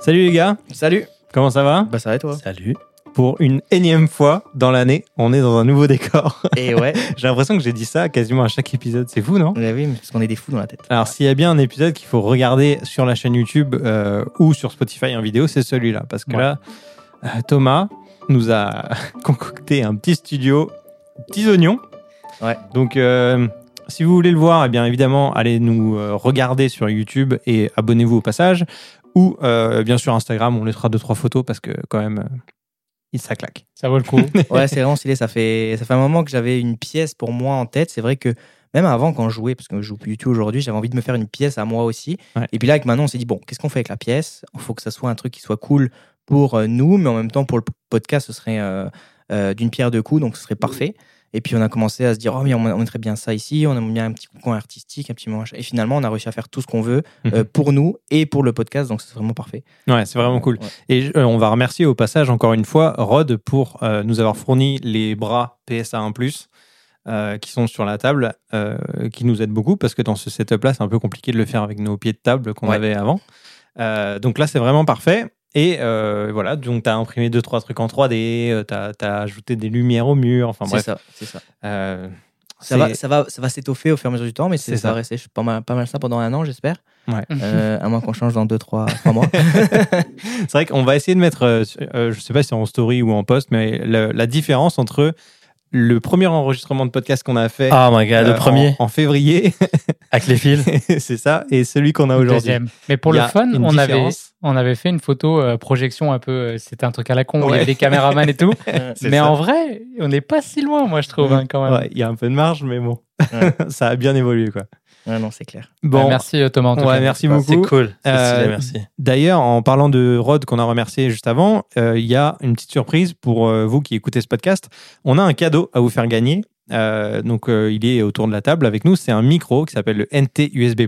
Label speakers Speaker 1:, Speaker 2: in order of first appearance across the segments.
Speaker 1: Salut les gars,
Speaker 2: Salut
Speaker 1: comment ça va
Speaker 2: Bah ça va et toi
Speaker 3: Salut.
Speaker 1: Pour une énième fois dans l'année, on est dans un nouveau décor.
Speaker 2: Et Eh ouais,
Speaker 1: J'ai l'impression que j'ai dit ça quasiment à chaque épisode, c'est fou non
Speaker 2: bah oui, mais parce qu'on est des fous dans la tête.
Speaker 1: Alors s'il y a bien un épisode qu'il faut regarder sur la chaîne YouTube euh, ou sur Spotify en vidéo, c'est celui-là. Parce que
Speaker 2: Ouais.
Speaker 1: là, euh, Thomas nous a concocté un petit studio, petits oignons.
Speaker 2: Ouais.
Speaker 1: Donc euh, si vous voulez le voir, eh bien évidemment, allez nous euh, regarder sur YouTube et abonnez-vous au passage. Ou euh, bien sûr Instagram, on laissera deux trois photos parce que quand même, euh, il ça claque.
Speaker 3: Ça vaut le coup.
Speaker 2: Ouais, c'est vraiment stylé, ça fait, ça fait un moment que j'avais une pièce pour moi en tête. C'est vrai que même avant quand je jouais, parce que je joue plus du tout aujourd'hui, j'avais envie de me faire une pièce à moi aussi.
Speaker 1: Ouais.
Speaker 2: Et puis là avec Manon, on s'est dit, bon, qu'est-ce qu'on fait avec la pièce Il faut que ça soit un truc qui soit cool pour euh, nous, mais en même temps pour le podcast, ce serait euh, euh, d'une pierre deux coups, donc ce serait parfait. Et puis on a commencé à se dire, oh mais on on mettrait bien ça ici, on aimerait bien un petit coin artistique, un petit machin. Et finalement, on a réussi à faire tout ce qu'on veut euh, pour nous et pour le podcast, donc c'est vraiment parfait.
Speaker 1: Ouais, c'est vraiment cool.
Speaker 2: Ouais.
Speaker 1: Et euh, on va remercier au passage encore une fois Rod pour euh, nous avoir fourni les bras PSA 1 euh, qui sont sur la table, euh, qui nous aident beaucoup parce que dans ce setup-là, c'est un peu compliqué de le faire avec nos pieds de table qu'on
Speaker 2: Ouais.
Speaker 1: avait avant. Euh, donc là, c'est vraiment parfait. Et euh, voilà, donc tu as imprimé deux trois trucs en 3D, tu as, ajouté des lumières au mur, enfin
Speaker 2: c'est
Speaker 1: bref.
Speaker 2: ça, c'est ça.
Speaker 1: euh,
Speaker 2: Ça
Speaker 1: c'est-
Speaker 2: va, ça va, ça va s'étoffer au fur et à mesure du temps, mais
Speaker 1: C'est
Speaker 2: c'est
Speaker 1: ça.
Speaker 2: ça va rester je- pas mal, pas mal ça pendant un an, j'espère.
Speaker 1: Ouais.
Speaker 2: Euh, à moins qu'on change dans deux, trois, trois mois.
Speaker 1: C'est vrai qu'on va essayer de mettre, euh, sur- euh, je sais pas si c'est en story ou en post, mais le- la différence entre le premier enregistrement de podcast qu'on a fait
Speaker 4: Ah,
Speaker 3: Oh my god,
Speaker 1: euh,
Speaker 3: le premier,
Speaker 1: en, en février,
Speaker 3: avec les fils.
Speaker 1: c'est ça, et celui qu'on a Ah, aujourd'hui.
Speaker 4: Deuxième. Mais pour
Speaker 1: Il y
Speaker 4: le
Speaker 1: a
Speaker 4: fun,
Speaker 1: une
Speaker 4: on avait,
Speaker 1: différence.
Speaker 4: on avait fait une photo euh, projection un peu. euh, C'était un truc à la con, où il y
Speaker 1: Ouais.
Speaker 4: avait des caméramans et tout.
Speaker 1: C'est
Speaker 4: Mais
Speaker 1: ça.
Speaker 4: en vrai, on n'est pas si loin, moi, je trouve,
Speaker 2: Mhm.
Speaker 4: hein, quand même.
Speaker 1: Ouais, il y a un peu de marge, mais bon,
Speaker 2: Ouais.
Speaker 1: ça a bien évolué quoi.
Speaker 2: Ouais, non, c'est clair.
Speaker 1: Bon,
Speaker 4: Ah, merci euh, Thomas. En tout
Speaker 1: ouais,
Speaker 4: cas.
Speaker 1: merci
Speaker 3: Ah, C'est
Speaker 1: beaucoup.
Speaker 3: cool. C'est
Speaker 1: Euh,
Speaker 3: stylé, merci.
Speaker 1: D'ailleurs, en parlant de Rod qu'on a remercié juste avant, euh, il y a une petite surprise pour euh, vous qui écoutez ce podcast. On a un cadeau à vous faire gagner. Euh, donc, euh, il est autour de la table avec nous. C'est un micro qui s'appelle le NT USB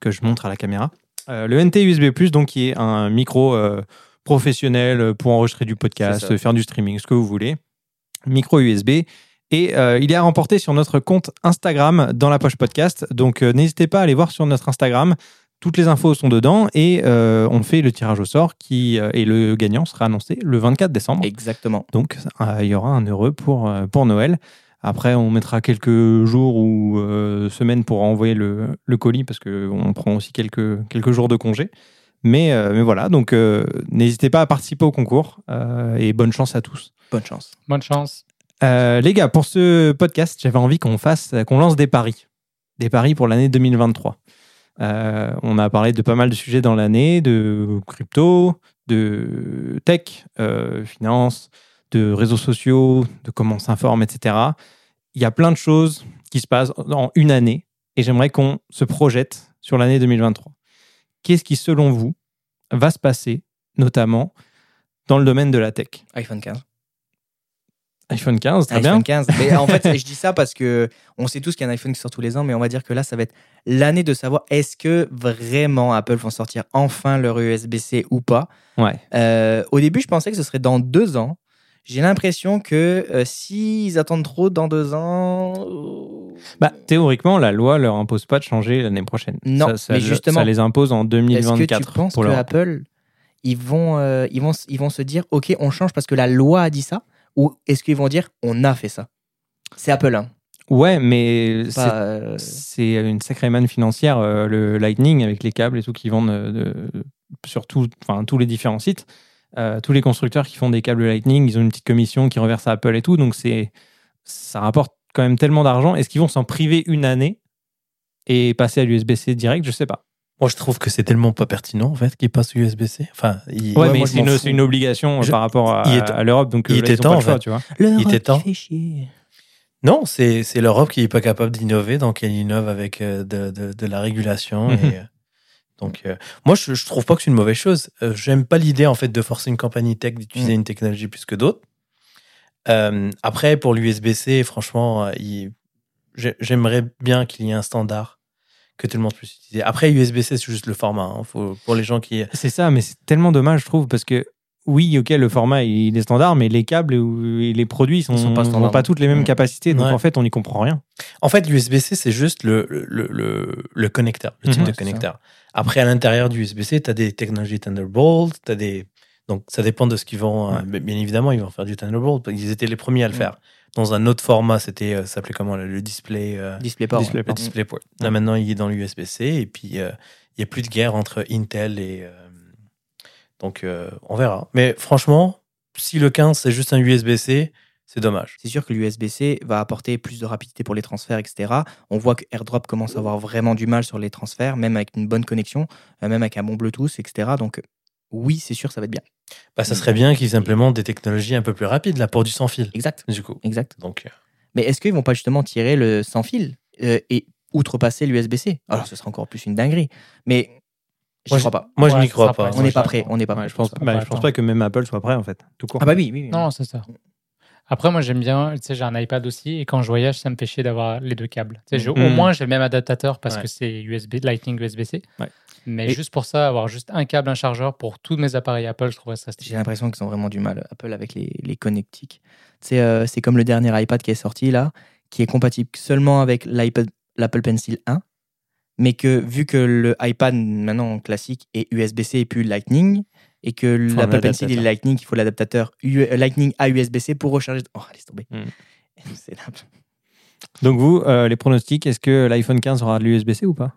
Speaker 1: que je montre à la caméra. Euh, le NT USB donc qui est un micro euh, professionnel euh, pour enregistrer du podcast,
Speaker 2: C'est ça.
Speaker 1: faire du streaming, ce que vous voulez. Micro USB. Et euh, il est à remporter sur notre compte Instagram dans la poche podcast. Donc euh, n'hésitez pas à aller voir sur notre Instagram. Toutes les infos sont dedans et euh, on fait le tirage au sort qui euh, et le gagnant sera annoncé le 24 décembre.
Speaker 2: Exactement.
Speaker 1: Donc, euh, il y aura un heureux pour, euh, pour Noël. Après, on mettra quelques jours ou euh, semaines pour envoyer le, le colis parce qu'on prend aussi quelques, quelques jours de congé. Mais, euh, mais voilà, donc euh, n'hésitez pas à participer au concours euh, et bonne chance à tous.
Speaker 2: Bonne chance.
Speaker 4: Bonne chance.
Speaker 1: Euh, les gars, pour ce podcast, j'avais envie qu'on fasse, qu'on lance des paris. Des paris pour l'année 2023. Euh, on a parlé de pas mal de sujets dans l'année, de crypto, de tech, euh, finance, de réseaux sociaux, de comment on s'informe, etc. Il y a plein de choses qui se passent en une année et j'aimerais qu'on se projette sur l'année 2023. Qu'est-ce qui, selon vous, va se passer, notamment dans le domaine de la tech
Speaker 2: iPhone 15.
Speaker 1: iPhone 15, très bien.
Speaker 2: iPhone 15. Mais en fait, je dis ça parce que on sait tous qu'il y a un iPhone qui sort tous les ans, mais on va dire que là, ça va être l'année de savoir est-ce que vraiment Apple vont sortir enfin leur USB-C ou pas.
Speaker 1: Ouais.
Speaker 2: Euh, au début, je pensais que ce serait dans deux ans. J'ai l'impression que euh, s'ils attendent trop dans deux ans. euh,
Speaker 1: Bah, théoriquement, la loi leur impose pas de changer l'année prochaine.
Speaker 2: Non,
Speaker 1: Ça- ça,
Speaker 2: mais
Speaker 1: le-
Speaker 2: justement,
Speaker 1: ça les impose en
Speaker 2: Est-ce que tu
Speaker 1: 2024
Speaker 2: penses
Speaker 1: pour
Speaker 2: que
Speaker 1: leur-
Speaker 2: Apple, ils vont, euh, ils, vont, s- ils vont se dire, OK, on change parce que la loi a dit ça Ou est-ce qu'ils vont dire, on a fait ça C'est Apple, hein
Speaker 1: Ouais, mais c'est-
Speaker 2: pas, euh,
Speaker 1: c'est une sacrée manne financière, euh, le Lightning avec les câbles et tout qui vendent euh, de- sur tout- enfin, tous les différents sites. Euh, tous les constructeurs qui font des câbles Lightning, ils ont une petite commission qui reverse à Apple et tout, donc c'est ça rapporte quand même tellement d'argent. Est-ce qu'ils vont s'en priver une année et passer à l'USB-C direct Je sais pas.
Speaker 3: Moi, je trouve que c'est tellement pas pertinent, en fait, qu'il passe au USB-C. Enfin, il,
Speaker 1: Ouais,
Speaker 2: Ouais,
Speaker 1: mais
Speaker 2: moi, je
Speaker 1: c'est
Speaker 2: m'en
Speaker 1: une,
Speaker 2: fous.
Speaker 1: c'est une obligation euh,
Speaker 3: Je-
Speaker 1: par rapport à,
Speaker 3: il est-
Speaker 1: à l'Europe, donc
Speaker 3: il
Speaker 1: euh, là, ils
Speaker 3: était
Speaker 1: ont pas
Speaker 3: temps,
Speaker 1: le
Speaker 3: en
Speaker 1: choix,
Speaker 3: fait.
Speaker 1: tu vois.
Speaker 2: L'Europe
Speaker 3: était temps.
Speaker 2: fait chier.
Speaker 3: Non, c'est c'est l'Europe qui est pas capable d'innover, donc elle innove avec euh, de, de- de la régulation.
Speaker 1: Mhm.
Speaker 3: et, euh, donc, euh, moi, je, je trouve pas que c'est une mauvaise chose. Euh, J'aime pas l'idée, en fait, de forcer une compagnie tech d'utiliser
Speaker 1: Mhm.
Speaker 3: une technologie plus que d'autres. Euh, après, pour l'USB-C, franchement, euh, il- j'ai- j'aimerais bien qu'il y ait un standard que tout le monde puisse utiliser. Après, USB-C, c'est juste le format. hein. Faut- pour les gens qui.
Speaker 1: C'est ça, mais c'est tellement dommage, je trouve, parce que oui, ok, le format il est standard, mais les câbles et les produits sont,
Speaker 2: Ils sont pas
Speaker 1: pas,
Speaker 2: standards,
Speaker 1: pas toutes les mêmes
Speaker 2: Mm.
Speaker 1: capacités, donc
Speaker 3: Ouais.
Speaker 1: en fait on n'y comprend rien.
Speaker 3: En fait, l'USB-C, c'est juste le, le, le, le connecteur, le type
Speaker 1: Mhm.
Speaker 3: de
Speaker 2: Ouais, c'est
Speaker 3: connecteur. Après, à l'intérieur du USB-C, tu as des technologies Thunderbolt, tu des. Donc, ça dépend de ce qu'ils vont. euh, mais Bien évidemment, ils vont faire du Thunderbolt. Ils étaient les premiers à le
Speaker 2: Ouais.
Speaker 3: faire. Dans un autre format, c'était. euh, ça s'appelait comment le, le display. euh,
Speaker 2: DisplayPort. ouais.
Speaker 3: le DisplayPort. Là, maintenant, il est dans l'USB-C et puis euh, il n'y a plus de guerre entre Intel et. euh, donc, euh, on verra. Mais franchement, si le 15, c'est juste un USB-C, c'est dommage.
Speaker 2: C'est sûr que l'USB-C va apporter plus de rapidité pour les transferts, etc. On voit que AirDrop commence à avoir vraiment du mal sur les transferts, même avec une bonne connexion, euh, même avec un bon Bluetooth, etc. Donc oui, c'est sûr, ça va être bien.
Speaker 3: Bah, ça serait bien qu'ils implémentent des technologies un peu plus rapides, là, pour du sans-fil,
Speaker 2: Exact,
Speaker 3: du coup.
Speaker 2: exact.
Speaker 3: Donc, euh,
Speaker 2: Mais est-ce qu'ils vont pas justement tirer le sans fil euh, et outrepasser l'USB-C Alors ce serait encore plus une dinguerie. Mais je
Speaker 3: Moi,
Speaker 2: crois pas.
Speaker 3: moi, je
Speaker 4: Ouais,
Speaker 3: n'y
Speaker 4: ça
Speaker 3: crois
Speaker 4: sera
Speaker 3: pas.
Speaker 4: pas-
Speaker 2: On n'est pas
Speaker 4: je-
Speaker 2: prêt. On n'est pas
Speaker 1: Ouais,
Speaker 2: prêt.
Speaker 1: je pense,
Speaker 2: pour ça.
Speaker 1: bah,
Speaker 4: pas
Speaker 1: je pense
Speaker 4: attendre.
Speaker 1: pas que même Apple soit prêt en fait, tout court.
Speaker 2: Ah bah oui, oui. oui.
Speaker 4: Non, c'est ça. Après, moi, j'aime bien, tu sais, j'ai un iPad aussi, et quand je voyage, ça me fait chier d'avoir les deux câbles. Tu sais, j'ai- Au
Speaker 1: Mm.
Speaker 4: moins, j'ai le même adaptateur parce
Speaker 3: Ouais.
Speaker 4: que c'est USB, Lightning USB-C.
Speaker 1: Ouais.
Speaker 4: Mais
Speaker 2: Et-
Speaker 4: juste pour ça, avoir juste un câble, un chargeur pour tous mes appareils Apple, je trouverais ça
Speaker 2: J'ai
Speaker 4: stylé.
Speaker 2: l'impression qu'ils ont vraiment du mal, Apple, avec les, les connectiques. Tu sais, euh, c'est comme le dernier iPad qui est sorti là, qui est compatible seulement avec l'iPad- l'Apple Pencil 1, mais que vu que le iPad maintenant classique est USB-C et plus Lightning, et que
Speaker 1: Faut un
Speaker 2: l'Apple Pencil est
Speaker 1: adaptateur.
Speaker 2: Lightning, il faut l'adaptateur U- euh, Lightning à USB-C pour recharger. Oh, laisse tomber.
Speaker 1: Hmm.
Speaker 2: C'est n'importe-
Speaker 1: Donc vous, euh, les pronostics, est-ce que l'iPhone 15 aura de l'USB-C ou pas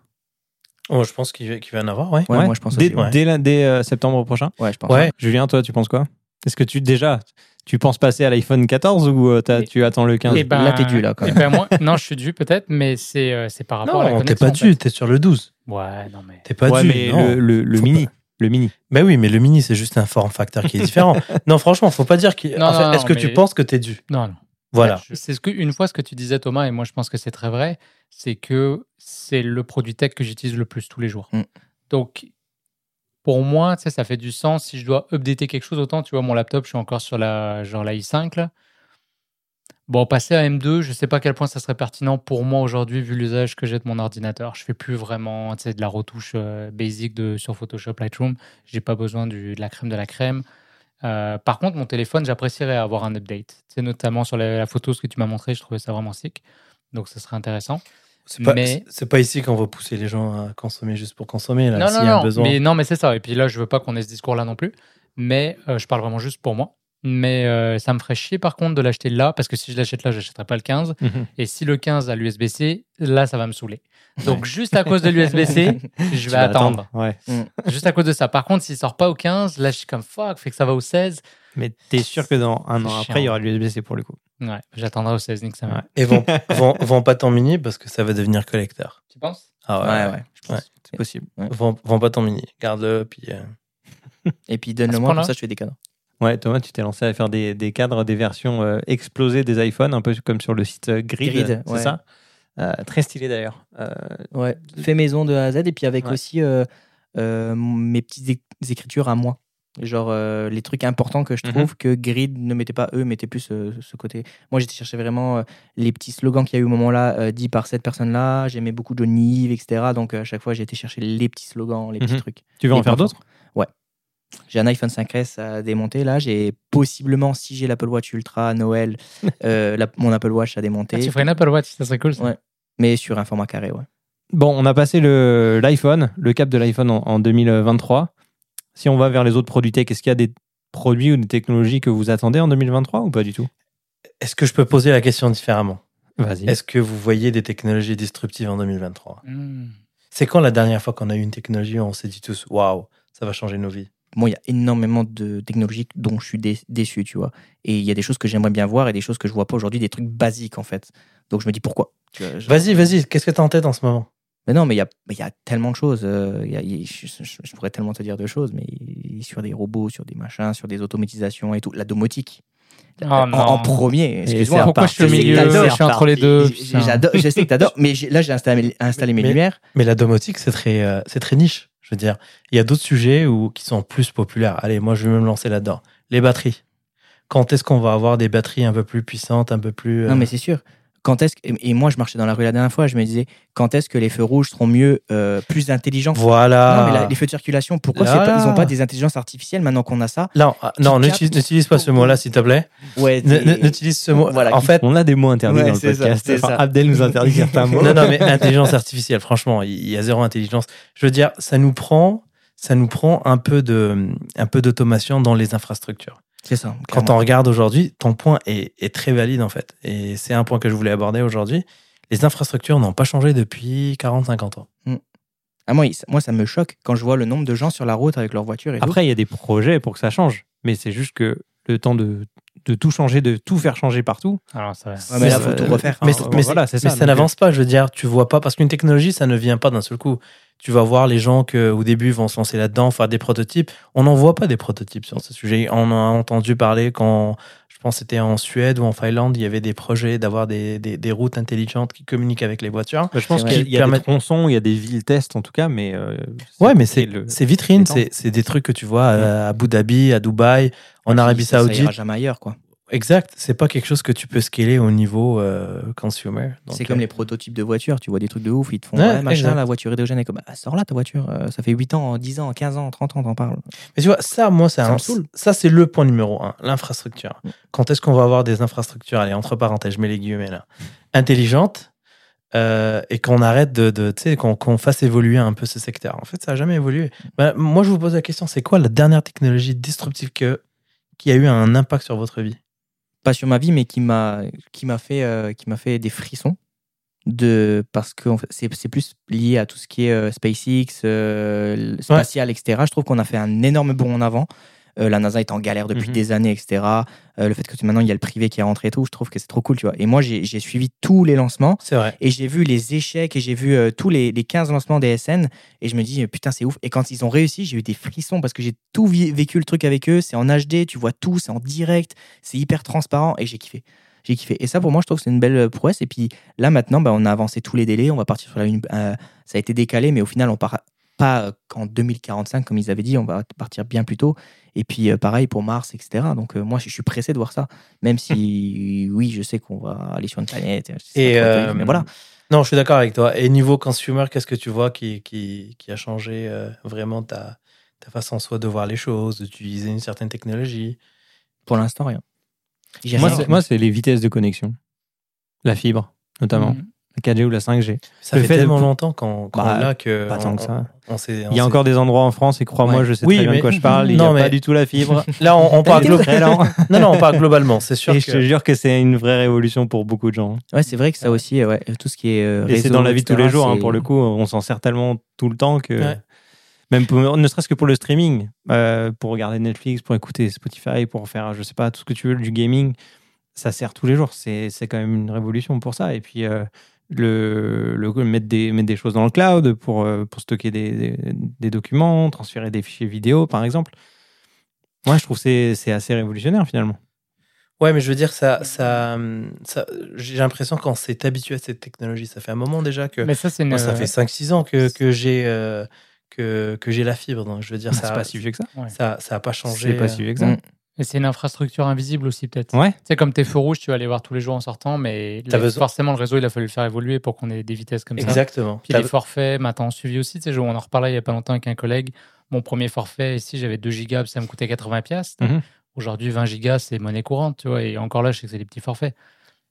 Speaker 3: Oh, je pense qu'il va- qu'il va en avoir, ouais.
Speaker 2: Ouais, moi je pense
Speaker 1: dès,
Speaker 2: aussi. Ouais,
Speaker 1: dès la- dès, euh, septembre prochain.
Speaker 2: Ouais, je pense.
Speaker 3: Ouais.
Speaker 1: Julien, toi, tu penses quoi Est-ce que tu déjà, tu penses passer à l'iPhone 14 ou euh, t'as-
Speaker 4: Et-
Speaker 1: tu attends le 15
Speaker 4: Eh ben,
Speaker 2: Là, t'es dû, là, quand
Speaker 4: eh ben, moi, non, je suis dû peut-être, mais c'est euh, c'est par rapport à la
Speaker 3: Non, t'es
Speaker 4: connexion.
Speaker 3: pas
Speaker 4: en fait.
Speaker 3: dessus, t'es sur le 12.
Speaker 4: Ouais, non, mais.
Speaker 3: T'es pas
Speaker 1: Ouais,
Speaker 3: dessus.
Speaker 1: mais
Speaker 3: non.
Speaker 1: le, le- le
Speaker 3: Faut
Speaker 1: mini, le mini.
Speaker 3: Ben oui, mais le mini, c'est juste un form factor qui est différent. non, franchement, faut pas dire qu'il.
Speaker 4: Non,
Speaker 3: en fait,
Speaker 4: non,
Speaker 3: Est-ce
Speaker 4: non,
Speaker 3: que tu
Speaker 4: mais-
Speaker 3: penses que t'es dû
Speaker 4: Non, non.
Speaker 3: Voilà.
Speaker 4: Je- C'est ce que, une fois ce que tu disais, Thomas, et moi je pense que c'est très vrai, c'est que c'est le produit tech que j'utilise le plus tous les jours.
Speaker 2: Mm.
Speaker 4: Donc, pour moi, tu sais, ça fait du sens. Si je dois updater quelque chose, autant, tu vois, mon laptop, je suis encore sur la, genre, la i5. là. Bon, passer à M2, je sais pas à quel point ça serait pertinent pour moi aujourd'hui, vu l'usage que j'ai de mon ordinateur. Je fais plus vraiment tu sais, de la retouche euh, basic de, sur Photoshop Lightroom. J'ai pas besoin du- de la crème de la crème. Euh, par contre, mon téléphone, j'apprécierais avoir un update. C'est notamment sur la, la photo, ce que tu m'as montré, je trouvais ça vraiment sick. Donc, ça serait intéressant.
Speaker 3: C'est pas,
Speaker 4: Mais-
Speaker 3: c'est pas ici qu'on va pousser les gens à consommer juste pour consommer. Là,
Speaker 4: non,
Speaker 3: s'il
Speaker 4: non,
Speaker 3: y a un
Speaker 4: non,
Speaker 3: besoin.
Speaker 4: mais non, mais c'est ça. Et puis là, je veux pas qu'on ait ce discours-là non plus. Mais euh, je parle vraiment juste pour moi. Mais euh, ça me ferait chier par contre de l'acheter là, parce que si je l'achète là, j'achèterai pas le 15.
Speaker 3: Mhm.
Speaker 4: Et si le 15 a l'USB-C, là, ça va me saouler. Donc, juste à cause de l'USB-C, je
Speaker 1: Tu
Speaker 4: vais
Speaker 1: vas
Speaker 4: attendre.
Speaker 1: Ouais.
Speaker 4: Juste à cause de ça. Par contre, s'il sort pas au 15, là, je suis comme fuck, fait que ça va au 16.
Speaker 1: Mais t'es sûr que dans un an
Speaker 4: C'est
Speaker 1: après,
Speaker 4: chiant.
Speaker 1: il y aura de l'USB-C pour le coup.
Speaker 4: Ouais, j'attendrai au 16, nique ça.
Speaker 1: Ouais.
Speaker 3: Et vends, vends, vends pas ton mini parce que ça va devenir collecteur.
Speaker 4: Tu penses
Speaker 3: Ah ouais.
Speaker 2: ouais. ouais.
Speaker 1: C'est possible.
Speaker 3: Vends, vends pas ton mini. Garde-le. Puis, euh,
Speaker 2: Et puis
Speaker 4: À ce
Speaker 2: donne-le-moi, comme
Speaker 4: point-là
Speaker 2: ça je fais des cadeaux.
Speaker 1: Ouais, Thomas, tu t'es lancé à faire des, des cadres, des versions euh, explosées des iPhones, un peu comme sur le site euh, Grid,
Speaker 2: Grid,
Speaker 1: c'est
Speaker 2: ouais.
Speaker 1: ça Euh, Très stylé d'ailleurs. Euh,
Speaker 2: Ouais, fait maison de A à Z et puis avec
Speaker 1: Ouais.
Speaker 2: aussi euh, euh, mes petites é- écritures à moi. Genre euh, les trucs importants que je
Speaker 1: Mhm.
Speaker 2: trouve que Grid ne mettait pas eux, mettait plus euh, ce côté. Moi j'étais cherché vraiment euh, les petits slogans qu'il y a eu au moment là, euh, dit par cette personne-là. J'aimais beaucoup Johnny Yves, etc. Donc euh, à chaque fois j'ai été chercher les petits slogans, les petits
Speaker 1: Mhm.
Speaker 2: trucs.
Speaker 1: tu veux en
Speaker 2: Les
Speaker 1: faire
Speaker 2: points
Speaker 1: d'autres
Speaker 2: J'ai un iPhone 5S à démonter là. J'ai possiblement, si j'ai l'Apple Watch Ultra à Noël, euh, la- mon Apple Watch à démonter.
Speaker 4: Ah, Tu ferais une Apple Watch, ça serait cool. ça.
Speaker 2: Ouais. Mais sur un format carré, ouais.
Speaker 1: Bon, on a passé le- l'iPhone, le, cap de l'iPhone en, en 2023. Si on va vers les autres produits tech, est-ce qu'il y a des produits ou des technologies que vous attendez en 2023 ou pas du tout
Speaker 3: Est-ce que je peux poser la question différemment
Speaker 1: Vas-y.
Speaker 3: Est-ce que vous voyez des technologies disruptives en 2023
Speaker 4: Mm.
Speaker 3: C'est quand la dernière fois qu'on a eu une technologie où on s'est dit tous waouh, ça va changer nos vies
Speaker 2: Bon, il y a énormément de technologies dont je suis dé- déçu, tu vois. Et il y a des choses que j'aimerais bien voir et des choses que je vois pas aujourd'hui, des trucs basiques en fait. Donc je me dis pourquoi. Tu vois, je-
Speaker 3: Vas-y, vas-y. Qu'est-ce que t'as en tête en ce moment
Speaker 2: Mais non, mais il y a, mais il y a tellement de choses. euh, il y a- il- je, je- je pourrais tellement te dire de choses, mais il- sur des robots, sur des machins, sur des automatisations et tout, la domotique.
Speaker 4: Oh
Speaker 2: en,
Speaker 4: non.
Speaker 2: en premier. Excuse-moi.
Speaker 1: c'est
Speaker 4: Pourquoi je
Speaker 1: reparti.
Speaker 4: suis au
Speaker 2: Je sais que
Speaker 4: milieu
Speaker 2: t'adores,
Speaker 4: Je suis entre les deux. putain.
Speaker 2: J'adore, je sais que t'adores, mais j'ai- là j'ai installé, installé mes
Speaker 3: Mais-
Speaker 2: lumières.
Speaker 3: Mais la domotique, c'est très, euh, c'est très niche. Je veux dire, il y a d'autres sujets où, qui sont plus populaires. Allez, moi, je vais me lancer là-dedans. Les batteries. Quand est-ce qu'on va avoir des batteries un peu plus puissantes, un peu plus. euh,
Speaker 2: Non, mais c'est sûr. quand est-ce que- et moi je marchais dans la rue la dernière fois, je me disais quand est-ce que les feux rouges seront mieux, euh, plus intelligents.
Speaker 3: Voilà.
Speaker 2: Non, mais la- les feux de circulation, pourquoi c'est
Speaker 3: Là.
Speaker 2: pas- ils n'ont pas des intelligences artificielles maintenant qu'on a ça
Speaker 3: Non, ah, non,
Speaker 2: Qui
Speaker 3: n'utilise
Speaker 2: capte-
Speaker 3: n'utilise pas ce mot-là, s'il te plaît.
Speaker 2: Ouais.
Speaker 3: Ne-
Speaker 2: des-
Speaker 3: ne- N'utilise ce mot.
Speaker 2: Voilà,
Speaker 3: en
Speaker 2: qui-
Speaker 3: fait,
Speaker 1: On a des mots interdits
Speaker 2: Ouais,
Speaker 1: dans le
Speaker 2: c'est ça,
Speaker 1: podcast.
Speaker 2: c'est
Speaker 1: Enfin,
Speaker 2: ça.
Speaker 1: Abdel nous interdit certains mots.
Speaker 3: non, non, mais intelligence artificielle, franchement, il il y a zéro intelligence. Je veux dire, ça nous prend, ça nous prend un peu de, un peu d'automation dans les infrastructures.
Speaker 2: C'est ça.
Speaker 3: Quand
Speaker 2: clairement.
Speaker 3: on regarde aujourd'hui, ton point est, est très valide en fait, et c'est un point que je voulais aborder aujourd'hui. Les infrastructures n'ont pas changé depuis 40-50 ans.
Speaker 2: Ah, moi, il- moi, ça me choque quand je vois le nombre de gens sur la route avec leur voiture et tout.
Speaker 1: Après, il y a des projets pour que ça change, mais c'est juste que le temps de, de tout changer, de tout faire changer partout.
Speaker 4: Alors, ça,
Speaker 2: Ouais, mais là, faut
Speaker 1: ça-
Speaker 2: tout refaire.
Speaker 3: Ah, Mais,
Speaker 1: Enfin,
Speaker 3: mais-
Speaker 1: voilà, c'est
Speaker 3: mais
Speaker 1: ça.
Speaker 3: ça euh,
Speaker 1: Donc,
Speaker 3: n'avance pas, je veux dire, tu vois pas, parce qu'une technologie, ça ne vient pas d'un seul coup. Tu vas voir les gens que au début vont se lancer là-dedans, faire des prototypes. On n'en voit pas des prototypes sur ce sujet. On en a entendu parler quand, je pense, que c'était en Suède ou en Finlande, il y avait des projets d'avoir des, des- des routes intelligentes qui communiquent avec les voitures.
Speaker 1: Je pense
Speaker 2: C'est
Speaker 1: qu'il y a-
Speaker 3: vrai.
Speaker 1: il y a des
Speaker 3: Permettre-
Speaker 1: tronçons, il y a des villes tests en tout cas, mais. euh,
Speaker 3: Ouais, mais c'est
Speaker 1: le-
Speaker 3: c'est vitrine,
Speaker 1: l'étang.
Speaker 3: c'est c'est des trucs que tu vois euh, à Abu Dhabi, à Dubaï, en Arabie
Speaker 2: Ça- Ça
Speaker 3: Saoudite.
Speaker 2: ira jamais ailleurs, quoi.
Speaker 3: Exact, c'est pas quelque chose que tu peux scaler au niveau euh, consumer. Donc,
Speaker 2: C'est comme
Speaker 3: euh,
Speaker 2: les prototypes de voitures, tu vois des trucs de ouf, ils te font
Speaker 3: Ouais,
Speaker 2: ouais, machin,
Speaker 3: exact.
Speaker 2: la voiture hydrogène est comme ah, sors là ta voiture, euh, ça fait 8 ans, 10 ans, 15 ans, 30 ans, t'en parles.
Speaker 3: Mais tu vois, ça, moi, c'est
Speaker 2: Ça
Speaker 3: un-
Speaker 2: me saoule. Mm.
Speaker 3: ça, c'est le point numéro un, l'infrastructure. Quand est-ce qu'on va avoir des infrastructures, allez, entre parenthèses, je mets les guillemets là, intelligentes, euh, et qu'on arrête de, de- tu sais, qu'on qu'on fasse évoluer un peu ce secteur. En fait, ça n'a jamais évolué. Ben, moi, je vous pose la question, c'est quoi la dernière technologie disruptive que, qui a eu un impact sur votre vie
Speaker 2: Pas sur ma vie, mais qui m'a qui m'a fait euh, qui m'a fait des frissons de parce que en fait, c'est c'est plus lié à tout ce qui est euh, SpaceX, euh, le spatial, etc. Je trouve qu'on a fait un énorme bond en avant. Euh, la NASA est en galère depuis
Speaker 1: Mhm.
Speaker 2: des années, etc. Euh, le fait que maintenant il y a le privé qui est rentré et tout, je trouve que c'est trop cool, tu vois. Et moi j'ai j'ai suivi tous les lancements.
Speaker 3: C'est vrai.
Speaker 2: et j'ai vu les échecs et j'ai vu euh, tous les, les 15 lancements des SN et je me dis euh, putain c'est ouf et quand ils ont réussi j'ai eu des frissons parce que j'ai tout vi- vécu le truc avec eux c'est en HD tu vois tout c'est en direct c'est hyper transparent et j'ai kiffé j'ai kiffé et ça pour moi je trouve que c'est une belle euh, prouesse et puis là maintenant bah, on a avancé tous les délais on va partir sur la lune euh, ça a été décalé mais au final on part pas euh, en 2045 comme ils avaient dit on va partir bien plus tôt et puis euh, pareil pour Mars etc donc euh, moi je je suis pressé de voir ça même si oui je sais qu'on va aller sur une planète c'est
Speaker 3: Et,
Speaker 2: pas trop terrible,
Speaker 3: euh,
Speaker 2: mais voilà
Speaker 3: Non, je suis d'accord avec toi. Et niveau consumer, qu'est-ce que tu vois qui, qui, qui a changé euh, vraiment ta, ta façon soit de voir les choses, d'utiliser une certaine technologie
Speaker 2: Pour l'instant, rien. J'ai
Speaker 1: Moi,
Speaker 2: rien.
Speaker 1: c'est- moi, c'est les vitesses de connexion. La fibre, notamment.
Speaker 4: Mm.
Speaker 1: La 4G ou la 5G.
Speaker 3: Ça
Speaker 1: Le
Speaker 3: fait,
Speaker 1: fait de-
Speaker 3: tellement longtemps qu'on qu'on
Speaker 1: Bah,
Speaker 3: l'a que.
Speaker 1: Pas tant
Speaker 3: on-
Speaker 1: que ça.
Speaker 3: on s'est- on
Speaker 1: Il y
Speaker 3: s'est-
Speaker 1: a encore des endroits en France, et crois-moi,
Speaker 2: Ouais.
Speaker 1: je sais
Speaker 3: Oui,
Speaker 1: très bien
Speaker 3: mais-
Speaker 1: de quoi je parle. Il n'y a
Speaker 3: Non, mais-
Speaker 1: pas du tout la fibre.
Speaker 3: Là, on, on parle glo-
Speaker 1: Très lent.
Speaker 3: non, non, on parle globalement. C'est sûr
Speaker 1: hein. Et je te
Speaker 3: que
Speaker 1: jure que c'est une vraie révolution pour beaucoup de gens.
Speaker 2: Ouais, c'est vrai que ça aussi, euh, ouais, tout ce qui est. euh,
Speaker 1: Et c'est
Speaker 2: réseau,
Speaker 1: dans la vie de tous
Speaker 2: etc.,
Speaker 1: les jours, hein,
Speaker 2: c'est-
Speaker 1: pour le coup, on s'en sert tellement tout le temps que.
Speaker 3: Ouais.
Speaker 1: Même pour- ne serait-ce que pour le streaming, euh, pour regarder Netflix, pour écouter Spotify, pour faire, je sais pas, tout ce que tu veux, du gaming, ça sert tous les jours. C'est c'est quand même une révolution pour ça. Et puis, euh, le, le- mettre, des, mettre des choses dans le cloud pour, euh, pour stocker des, des- des documents, transférer des fichiers vidéo, par exemple. Moi, je trouve que c'est- c'est assez révolutionnaire finalement.
Speaker 3: Ouais, mais je veux dire, ça, ça, hum, ça- j'ai l'impression qu'on s'est habitué à cette technologie. Ça fait un moment déjà que.
Speaker 4: Mais ça, c'est une.
Speaker 1: euh,
Speaker 3: Moi, ça fait 5-6 ans que, que j'ai euh, que, que j'ai la fibre. Donc, je veux dire,
Speaker 1: Ah, C'est
Speaker 3: ça
Speaker 1: pas si vieux que ça.
Speaker 3: ça, ça a pas changé. euh,
Speaker 1: C'est pas si vieux que ça.
Speaker 2: Mm.
Speaker 4: euh, Mais c'est une infrastructure invisible aussi, peut-être.
Speaker 1: Ouais.
Speaker 4: C'est comme tes feux rouges, tu vas les voir tous les jours en sortant, mais
Speaker 3: T'as
Speaker 4: là,
Speaker 3: besoin-
Speaker 4: forcément, le réseau, il a fallu le faire évoluer pour qu'on ait des vitesses comme ça.
Speaker 3: Exactement.
Speaker 4: Puis
Speaker 3: T'as-
Speaker 4: les forfaits, maintenant suivi aussi, tu sais, je- on en reparlait il n'y a pas longtemps avec un collègue. Mon premier forfait, ici, j'avais 2 gigas, puis ça me coûtait 80 piastres.
Speaker 1: Mhm.
Speaker 4: Aujourd'hui, 20 gigas, c'est monnaie courante, tu vois. Et encore là, je sais que c'est des petits forfaits.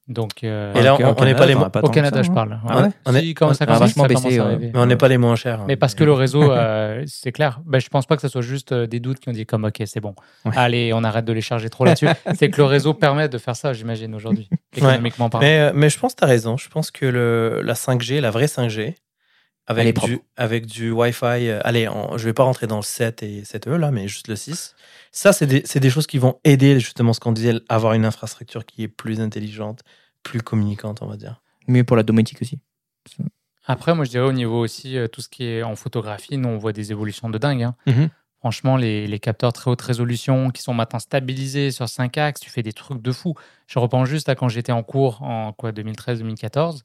Speaker 4: Donc, euh,
Speaker 3: Et là, on-
Speaker 1: Au
Speaker 3: on
Speaker 1: Canada,
Speaker 3: n'est pas les
Speaker 1: t'en as
Speaker 3: mo-
Speaker 1: pas
Speaker 4: au
Speaker 1: tant que ça,
Speaker 4: Canada, je
Speaker 1: hein.
Speaker 4: parle.
Speaker 1: Ah ouais
Speaker 3: On
Speaker 4: Si,
Speaker 3: est-
Speaker 4: quand
Speaker 3: on-
Speaker 4: ça
Speaker 3: on a
Speaker 4: commence, ça
Speaker 2: vachement
Speaker 4: commence
Speaker 2: baissé,
Speaker 4: à
Speaker 2: ouais.
Speaker 4: arriver.
Speaker 3: Mais on
Speaker 1: euh,
Speaker 3: n'est pas les moins chers. hein.
Speaker 4: Mais parce que le réseau, euh, c'est clair. Ben, je pense pas que ce soit juste euh, des doutes qui ont dit comme ok, c'est bon.
Speaker 1: Ouais.
Speaker 4: Allez, on arrête de les charger trop là-dessus. c'est que le réseau permet de faire ça, j'imagine, aujourd'hui, économiquement parlant.
Speaker 3: Mais, euh, mais je pense que tu as raison. Je pense que le, la 5G, la vraie 5G,
Speaker 2: Elle est
Speaker 3: avec
Speaker 2: propre.
Speaker 3: du, avec du Wi-Fi, euh, allez, on- je vais pas rentrer dans le 7 et 7E là, mais juste le 6. Ça, c'est des, c'est des choses qui vont aider justement ce qu'on disait, avoir une infrastructure qui est plus intelligente, plus communicante, on va dire.
Speaker 2: Mieux pour la domotique aussi.
Speaker 4: Après, moi, je dirais au niveau aussi, euh, tout ce qui est en photographie, nous, on voit des évolutions de dingue. hein.
Speaker 1: Mhm.
Speaker 4: Franchement, les, les capteurs très haute résolution qui sont maintenant stabilisés sur 5 axes, tu fais des trucs de fou. Je repense juste à quand j'étais en cours en quoi 2013-2014.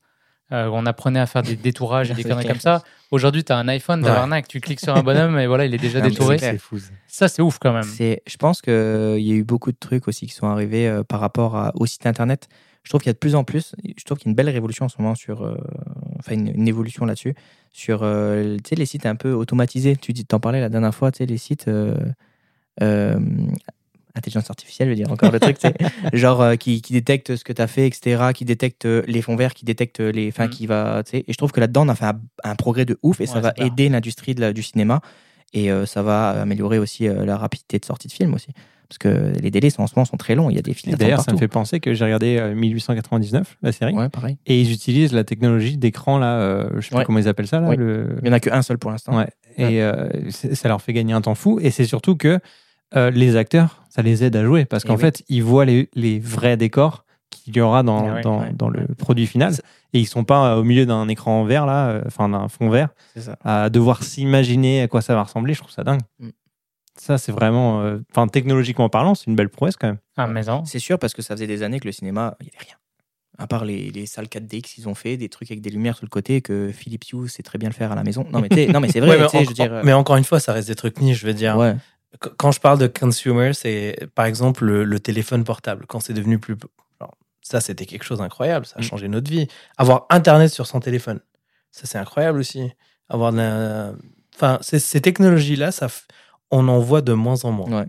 Speaker 4: euh, on apprenait à faire des détourages et des
Speaker 2: C'est
Speaker 4: conneries
Speaker 2: clair.
Speaker 4: comme ça. Aujourd'hui, tu as un iPhone, t'as
Speaker 3: Ouais.
Speaker 4: l'arnaque, tu cliques sur un bonhomme et voilà, il est déjà
Speaker 2: Non, mais
Speaker 4: détouré.
Speaker 2: clair.
Speaker 1: C'est fou. ça.
Speaker 4: Ça, c'est ouf quand même.
Speaker 2: euh, C'est, je pense qu'il y a eu beaucoup de trucs aussi qui sont arrivés euh, par rapport à- au site internet. Je trouve qu'il y a de plus en plus, je trouve qu'il y a une belle révolution en ce moment sur, euh, enfin une, une évolution là-dessus, sur euh, tu sais, les sites un peu automatisés. Tu dis, t'en parlais la dernière fois, tu sais, les sites euh, euh, intelligence artificielle, je veux dire encore le truc, tu sais, genre euh, qui, qui détecte ce que tu as fait, etc., qui détecte euh, les fonds verts, qui détecte les, enfin
Speaker 4: Mhm.
Speaker 2: qui va, tu sais. Et je trouve que là-dedans, on a fait un, un progrès de ouf et ça
Speaker 4: Ouais,
Speaker 2: va
Speaker 4: c'est clair.
Speaker 2: aider l'industrie de la- du cinéma et euh, ça va améliorer aussi euh, la rapidité de sortie de film aussi. Parce que les délais sont, en ce moment sont très longs, il y a des
Speaker 1: Et
Speaker 2: films
Speaker 1: D'ailleurs, ça
Speaker 2: partout.
Speaker 1: me fait penser que j'ai regardé euh, 1899, la série,
Speaker 2: Ouais, pareil.
Speaker 1: et ils utilisent la technologie d'écran, là, euh, je sais
Speaker 2: Ouais.
Speaker 1: plus comment ils appellent ça, là,
Speaker 2: Oui.
Speaker 1: le-
Speaker 2: Il n'y en a qu'un seul pour l'instant.
Speaker 1: Ouais. Et euh, c'est- ça leur fait gagner un temps fou. Et c'est surtout que euh, les acteurs, ça les aide à jouer parce
Speaker 2: Eh
Speaker 1: qu'en
Speaker 2: oui.
Speaker 1: fait, ils voient les, les vrais décors qu'il y aura dans,
Speaker 4: Eh oui,
Speaker 1: dans,
Speaker 2: ouais,
Speaker 1: dans le produit final. Et ils sont pas euh, au milieu d'un écran en vert, là, euh, enfin d'un fond vert,
Speaker 2: C'est ça.
Speaker 1: à devoir s'imaginer à quoi ça va ressembler. Je trouve ça dingue.
Speaker 2: Mm.
Speaker 1: Ça, c'est vraiment, euh, enfin, technologiquement parlant, c'est une belle prouesse quand même.
Speaker 4: Ah, mais non.
Speaker 2: C'est sûr parce que ça faisait des années que le cinéma, il n'y avait rien. À part les, les salles 4DX qu'ils ont fait, des trucs avec des lumières sur le côté que Philippe Hughes sait très bien le faire à la maison. Non mais, t'es- non, mais c'est vrai,
Speaker 3: Ouais, mais,
Speaker 2: tu sais,
Speaker 3: en-
Speaker 2: je veux dire. euh,
Speaker 3: mais encore une fois, ça reste des trucs niches. Je veux dire,
Speaker 2: ouais.
Speaker 3: Qu- quand je parle de consumer, c'est par exemple le, le téléphone portable. Quand c'est devenu plus. alors, ça, c'était quelque chose d'incroyable. Ça a
Speaker 1: Mm.
Speaker 3: changé notre vie. Avoir Internet sur son téléphone, ça, c'est incroyable aussi. Avoir de la. Enfin, ces, ces technologies-là, ça, f- on en voit de moins en moins.
Speaker 2: Ouais.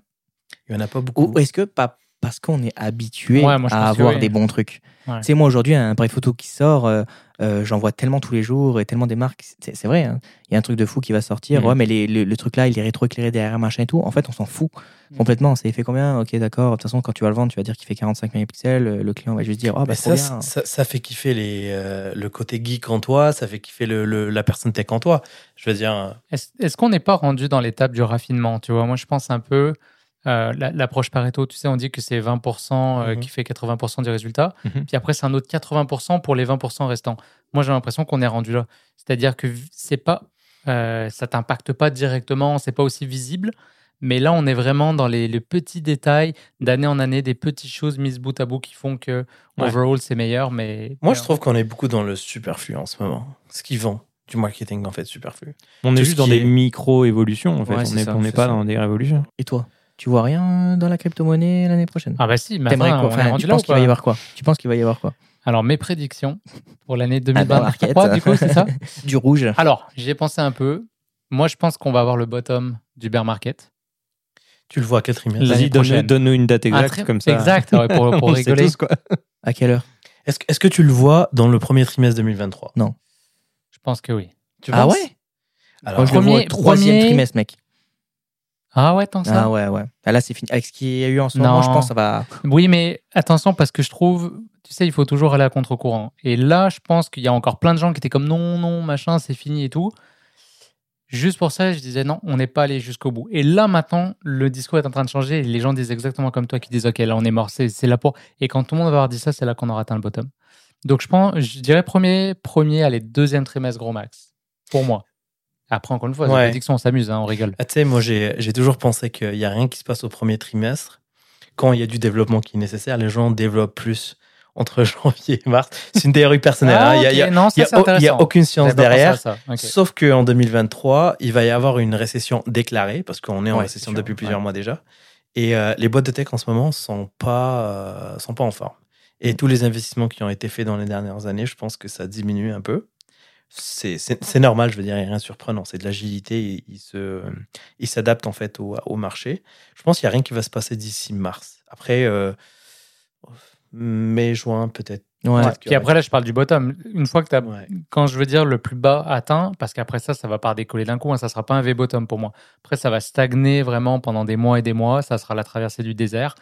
Speaker 3: Il n'y en a pas beaucoup.
Speaker 2: Ou est-ce que pas parce qu'on est habitué
Speaker 4: Ouais, moi, je
Speaker 2: à
Speaker 4: pense que
Speaker 2: avoir
Speaker 4: oui.
Speaker 2: des bons trucs
Speaker 4: Ouais.
Speaker 2: Tu sais, moi aujourd'hui, un appareil photo qui sort, euh, euh, j'en vois tellement tous les jours et tellement des marques. C'est c'est vrai, hein. il y a un truc de fou qui va sortir.
Speaker 4: Mm.
Speaker 1: Mhm.
Speaker 2: Ouais, mais les- le, le truc là, il est rétroéclairé derrière, machin et tout. En fait, on s'en fout
Speaker 4: Mm.
Speaker 2: complètement. C'est fait combien Ok, d'accord. De toute façon, quand tu vas le vendre, tu vas dire qu'il fait 45 mégapixels. euh, Le client va juste dire, ah bah
Speaker 3: Mais
Speaker 2: trop bien.
Speaker 3: ça, ça, ça- ça fait kiffer les, euh, le côté geek en toi, ça fait kiffer le, le- la personne tech en toi. Je veux dire, euh,
Speaker 4: Est-ce est-ce qu'on n'est pas rendu dans l'étape du raffinement Tu vois, moi, je pense un peu euh, la- l'approche Pareto. Tu sais, on dit que c'est 20%
Speaker 2: Mmh
Speaker 4: euh,
Speaker 3: Mhm.
Speaker 4: qui fait 80% du résultat.
Speaker 1: Mhm.
Speaker 4: Puis après, c'est un autre 80% pour les 20% restants. Moi, j'ai l'impression qu'on est rendu là. C'est-à-dire que vi- c'est pas, euh, ça t'impacte pas directement, c'est pas aussi visible. Mais là, on est vraiment dans les, les petits détails d'année en année, des petites choses mises bout à bout qui font que
Speaker 1: Ouais.
Speaker 4: overall c'est meilleur. Mais
Speaker 3: moi, je trouve qu'on est beaucoup dans le superflu en ce moment. Ce qui vend du marketing, en fait, superflu.
Speaker 1: On est
Speaker 3: Tout
Speaker 1: juste
Speaker 3: ce
Speaker 1: dans
Speaker 3: qui
Speaker 1: des
Speaker 3: est-
Speaker 1: micro-évolutions, en fait.
Speaker 2: Ouais,
Speaker 1: on
Speaker 2: c'est
Speaker 1: n'est
Speaker 2: ça,
Speaker 1: on n'est
Speaker 2: c'est
Speaker 1: pas
Speaker 2: ça.
Speaker 1: dans des révolutions.
Speaker 2: Et toi, tu vois rien dans la crypto-monnaie l'année prochaine
Speaker 4: ah bah si, mais
Speaker 2: T'aimerais
Speaker 4: enfin,
Speaker 2: quoi
Speaker 4: on est
Speaker 2: Enfin,
Speaker 4: rendu
Speaker 2: Tu
Speaker 4: là
Speaker 2: penses
Speaker 4: ou
Speaker 2: qu'il va y
Speaker 4: pas
Speaker 2: avoir quoi Tu penses qu'il va y avoir quoi
Speaker 4: Alors, mes prédictions pour l'année
Speaker 1: Ah,
Speaker 2: Attends,
Speaker 4: 2023,
Speaker 2: Arquette.
Speaker 4: du coup, c'est ça
Speaker 2: Du rouge.
Speaker 4: Alors, j'y ai pensé un peu. Moi, je pense qu'on va avoir le bottom du bear market.
Speaker 3: Tu le vois à quatrième.
Speaker 4: L'année
Speaker 1: Vas-y, donne-
Speaker 4: prochaine.
Speaker 1: donne-nous une date
Speaker 4: Ah,
Speaker 1: exacte,
Speaker 4: très-
Speaker 1: comme ça.
Speaker 4: Exact, ouais, pour, pour
Speaker 1: on le sait
Speaker 4: rigoler.
Speaker 1: tous, quoi.
Speaker 2: À quelle heure
Speaker 3: Est-ce que- est-ce que tu le vois dans le premier trimestre 2023
Speaker 4: Je pense que oui.
Speaker 3: Tu
Speaker 2: Ah
Speaker 3: penses
Speaker 2: ouais
Speaker 3: Alors,
Speaker 2: Moi, je le vois au
Speaker 4: Premier-
Speaker 2: troisième
Speaker 4: premier-
Speaker 2: trimestre, mec.
Speaker 4: Ah ouais, tant que ça.
Speaker 2: Ah ouais, ouais. Ah là, c'est fini. Avec ce qu'il y a eu en ce
Speaker 4: Non.
Speaker 2: moment, je pense que ça va.
Speaker 4: Oui, mais attention parce que je trouve, tu sais, il faut toujours aller à contre-courant. Et là, je pense qu'il y a encore plein de gens qui étaient comme non, non, machin, c'est fini et tout. Juste pour ça, je disais non, on n'est pas allé jusqu'au bout. Et là, maintenant, le discours est en train de changer. Et les gens disent exactement comme toi qui disent ok, là, on est mort, c'est c'est là pour. Et quand tout le monde va avoir dit ça, c'est là qu'on aura atteint le bottom. Donc, je pense, je dirais premier, premier, allez, deuxième trimestre gros max. Pour moi. Après, encore une fois,
Speaker 3: Ouais.
Speaker 4: la on s'amuse, hein, on rigole.
Speaker 3: Ah, tu sais, moi, j'ai j'ai toujours pensé qu'il n'y a rien qui se passe au premier trimestre. Quand il y a du développement qui est nécessaire, les gens développent plus entre janvier et mars. C'est une théorie personnelle. hein.
Speaker 4: Ah,
Speaker 3: Il y a- il y a-
Speaker 4: ok, non,
Speaker 3: il y
Speaker 4: ça, c'est
Speaker 3: a- il n'y a,
Speaker 4: intéressant. Eh
Speaker 3: aucune science
Speaker 4: J'avais pas pensé à
Speaker 3: derrière.
Speaker 4: ça, ok.
Speaker 3: Sauf qu'en 2023, il va y avoir une récession déclarée, parce qu'on est en
Speaker 2: Ouais,
Speaker 3: récession
Speaker 2: c'est sûr,
Speaker 3: depuis plusieurs
Speaker 2: ouais.
Speaker 3: mois déjà. Et euh, les boîtes de tech en ce moment sont pas, euh, sont pas en forme. Et
Speaker 2: Mm.
Speaker 3: tous les investissements qui ont été faits dans les dernières années, je pense que ça diminue un peu. C'est- C'est c'est normal, je veux dire, il n'y a rien de surprenant. C'est de l'agilité, ils- ils se- ils s'adaptent en fait au, au marché. Je pense qu'il n'y a rien qui va se passer d'ici mars. Après, euh, mai, juin, peut-être.
Speaker 2: Ouais.
Speaker 3: peut-être qu'il
Speaker 4: Puis
Speaker 3: y aura-
Speaker 4: après, là, je parle du bottom. Une fois que tu as
Speaker 3: Ouais.
Speaker 4: quand je veux dire le plus bas atteint, parce qu'après ça, ça va pas décoller d'un coup, hein, ça sera pas un V-bottom pour moi. Après, ça va stagner vraiment pendant des mois et des mois, ça sera la traversée du désert.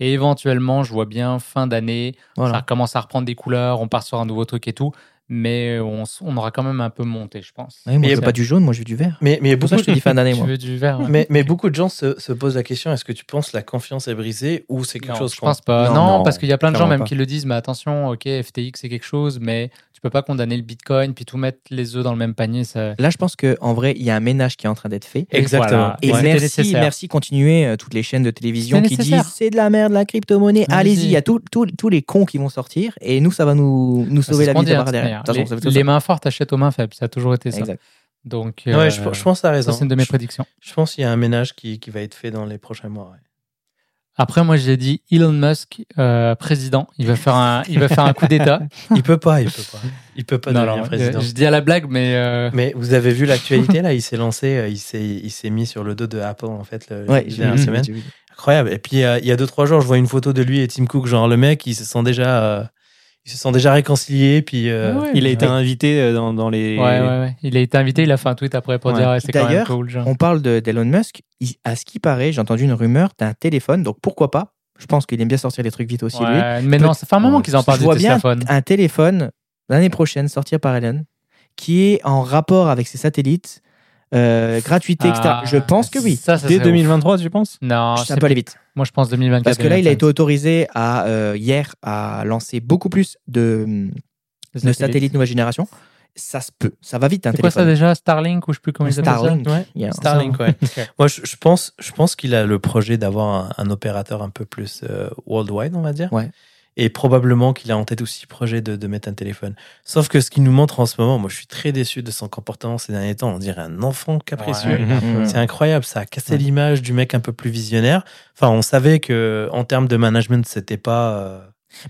Speaker 4: Et éventuellement, je vois bien fin d'année, ça
Speaker 2: Voilà.
Speaker 4: commence à reprendre des couleurs, on part sur un nouveau truc et tout, mais on, s- on aura quand même un peu monté, je pense.
Speaker 2: Ouais, Ah moi,
Speaker 3: Mais
Speaker 2: je veux pas du jaune, moi, je veux du vert.
Speaker 3: Mais, mais
Speaker 2: C'est pour ça que je te dis fin d'année,
Speaker 4: Tu
Speaker 2: moi.
Speaker 4: veux du vert ouais.
Speaker 3: Mais, mais beaucoup de gens se, se posent la question est-ce que tu penses la confiance est brisée ou c'est quelque
Speaker 4: Non,
Speaker 3: chose
Speaker 4: je
Speaker 3: qu'on-
Speaker 4: pense pas.
Speaker 2: Non,
Speaker 4: Non,
Speaker 2: non,
Speaker 4: parce qu'il y a plein de gens
Speaker 1: clairement
Speaker 4: même
Speaker 1: pas.
Speaker 4: qui le disent, mais attention, ok, FTX c'est quelque chose, mais tu peux pas condamner le Bitcoin puis tout mettre les œufs dans le même panier. Ça...
Speaker 2: Là, je pense qu'en vrai, il y a un ménage qui est en train d'être fait.
Speaker 3: Exactement.
Speaker 2: Et
Speaker 4: Voilà. Ouais. C'était
Speaker 2: merci,
Speaker 4: nécessaire.
Speaker 2: merci, continuez euh, toutes les chaînes de télévision
Speaker 4: C'était
Speaker 2: qui
Speaker 4: nécessaire.
Speaker 2: disent c'est de la merde la crypto-monnaie,
Speaker 4: Allez-y.
Speaker 2: allez-y, il y a tout- tout- tous les cons qui vont sortir et nous, ça va nous, nous
Speaker 4: C'est
Speaker 2: sauver
Speaker 4: ce
Speaker 2: la
Speaker 4: qu'on
Speaker 2: vie
Speaker 4: dit, hein,
Speaker 2: d'avoir
Speaker 4: de toute
Speaker 2: derrière.
Speaker 4: manière.
Speaker 2: De toute façon, ça
Speaker 4: les,
Speaker 2: fait tout
Speaker 4: les
Speaker 2: ça.
Speaker 4: mains fortes achètent aux mains faibles, ça a toujours été ça.
Speaker 2: Exact.
Speaker 4: Donc,
Speaker 3: Ouais,
Speaker 4: euh,
Speaker 3: je, je pense que tu as
Speaker 4: ça,
Speaker 3: raison.
Speaker 4: c'est une de mes
Speaker 3: je,
Speaker 4: prédictions.
Speaker 3: je pense qu'il y a un ménage qui, qui va être fait dans les prochains mois. ouais.
Speaker 4: Après, moi, j'ai dit Elon Musk, euh, président, il va faire un, il va faire un coup d'État.
Speaker 3: Il peut pas, il peut pas. Il peut pas
Speaker 4: Non,
Speaker 3: devenir
Speaker 4: non,
Speaker 3: président.
Speaker 4: euh, je dis à la blague, mais euh,
Speaker 3: Mais vous avez vu l'actualité là, il s'est lancé, euh, il s'est, il s'est mis sur le dos de Apple en fait le,
Speaker 2: Ouais,
Speaker 3: la
Speaker 2: j'ai
Speaker 3: dernière
Speaker 2: vu,
Speaker 3: semaine.
Speaker 2: j'ai vu.
Speaker 3: Incroyable. Et puis euh, il y a deux trois jours, je vois une photo de lui et Tim Cook, genre le mec, ils se sont déjà, euh, ils se sont déjà réconciliés. Puis euh,
Speaker 4: Ah ouais,
Speaker 1: Il a
Speaker 4: mais-
Speaker 1: été invité euh, dans, dans les.
Speaker 4: ouais, ouais, ouais. il a été invité, il a fait un tweet après pour
Speaker 1: Ouais.
Speaker 4: dire ouais, c'est quand même
Speaker 2: D'ailleurs,
Speaker 4: cool. genre.
Speaker 2: On parle de- d'Elon Musk. Il- à ce qui paraît, j'ai entendu une rumeur d'un téléphone, donc pourquoi pas Je pense qu'il aime bien sortir des trucs vite aussi, lui.
Speaker 4: Ouais, mais non, ça fait un moment
Speaker 3: Ouais,
Speaker 4: qu'ils en parlent
Speaker 2: je
Speaker 4: du
Speaker 2: vois bien
Speaker 4: Tesla Phone.
Speaker 2: un téléphone l'année prochaine sortir par Elon qui est en rapport avec ses satellites, euh, gratuité,
Speaker 4: Ah,
Speaker 2: etc. Je pense que oui.
Speaker 4: Ça, ça
Speaker 1: Dès
Speaker 4: serait ouf.
Speaker 1: 2023, tu penses
Speaker 4: Non, je
Speaker 2: ça
Speaker 4: sais
Speaker 2: peut aller
Speaker 4: pas.
Speaker 2: vite.
Speaker 4: Moi, je pense 2024.
Speaker 2: Parce que là, il a été autorisé à, euh, hier à lancer beaucoup plus de, de
Speaker 4: satellites.
Speaker 2: satellites nouvelle génération. Ça se peut. Ça va vite, un
Speaker 4: C'est quoi ça
Speaker 2: téléphone.
Speaker 4: déjà Starlink ou je sais plus comment il s'appelle
Speaker 2: Starlink.
Speaker 3: ouais.
Speaker 2: Il y a un-
Speaker 3: Starlink, ouais. Moi, je, je pense, je pense qu'il a le projet d'avoir un, un opérateur un peu plus euh, worldwide, on va dire.
Speaker 2: Ouais.
Speaker 3: Et probablement qu'il a en tête aussi le projet de, de mettre un téléphone. Sauf que ce qu'il nous montre en ce moment, moi, je suis très déçu de son comportement ces derniers temps. On dirait un enfant capricieux.
Speaker 4: Ouais.
Speaker 2: Mhm.
Speaker 3: C'est incroyable, ça a cassé
Speaker 2: Ouais.
Speaker 3: l'image du mec un peu plus visionnaire. Enfin, on savait que en termes de management, c'était pas, euh,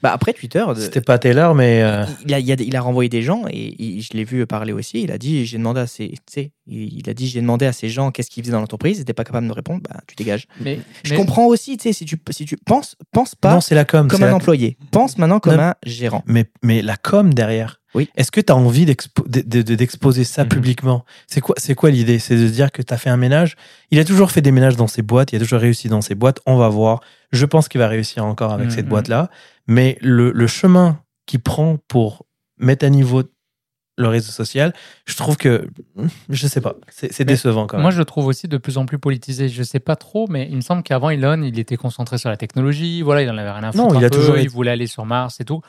Speaker 2: Bah, après, Twitter, de-
Speaker 3: c'était pas Taylor, mais euh,
Speaker 2: il, a, il, a, il a renvoyé des gens et il- je l'ai vu parler aussi. Il a dit j'ai demandé à ces, tu sais, il il a dit j'ai demandé à ces gens qu'est-ce qu'ils faisaient dans l'entreprise. Ils n'étaient pas capables de me répondre. Bah, tu dégages.
Speaker 4: Mais,
Speaker 2: Je
Speaker 4: mais-
Speaker 2: comprends aussi, tu sais, si tu, si tu penses, pense pas
Speaker 3: non, c'est la com.
Speaker 2: comme
Speaker 3: c'est
Speaker 2: un
Speaker 3: la-
Speaker 2: employé. Pense maintenant comme
Speaker 3: Non.
Speaker 2: un gérant.
Speaker 3: mais, mais la com derrière.
Speaker 2: Oui.
Speaker 3: Est-ce que tu as envie d'expo- de- de- de- d'exposer ça
Speaker 4: Mhm.
Speaker 3: publiquement C'est quoi, c'est quoi l'idée C'est de se dire que tu as fait un ménage. Il a toujours fait des ménages dans ses boîtes, il a toujours réussi dans ses boîtes. On va voir. Je pense qu'il va réussir encore avec
Speaker 4: Mhm.
Speaker 3: cette boîte-là. Mais le, le chemin qu'il prend pour mettre à niveau le réseau social, je trouve que, je sais pas, c'est c'est
Speaker 4: Mais
Speaker 3: décevant quand même.
Speaker 4: Moi, je le trouve aussi de plus en plus politisé. Je sais pas trop, mais il me semble qu'avant Elon, il était concentré sur la technologie. Voilà, il en avait rien à foutre.
Speaker 3: Non, il
Speaker 4: un
Speaker 3: a
Speaker 4: peu,
Speaker 3: toujours été-
Speaker 4: Il voulait aller sur Mars et tout.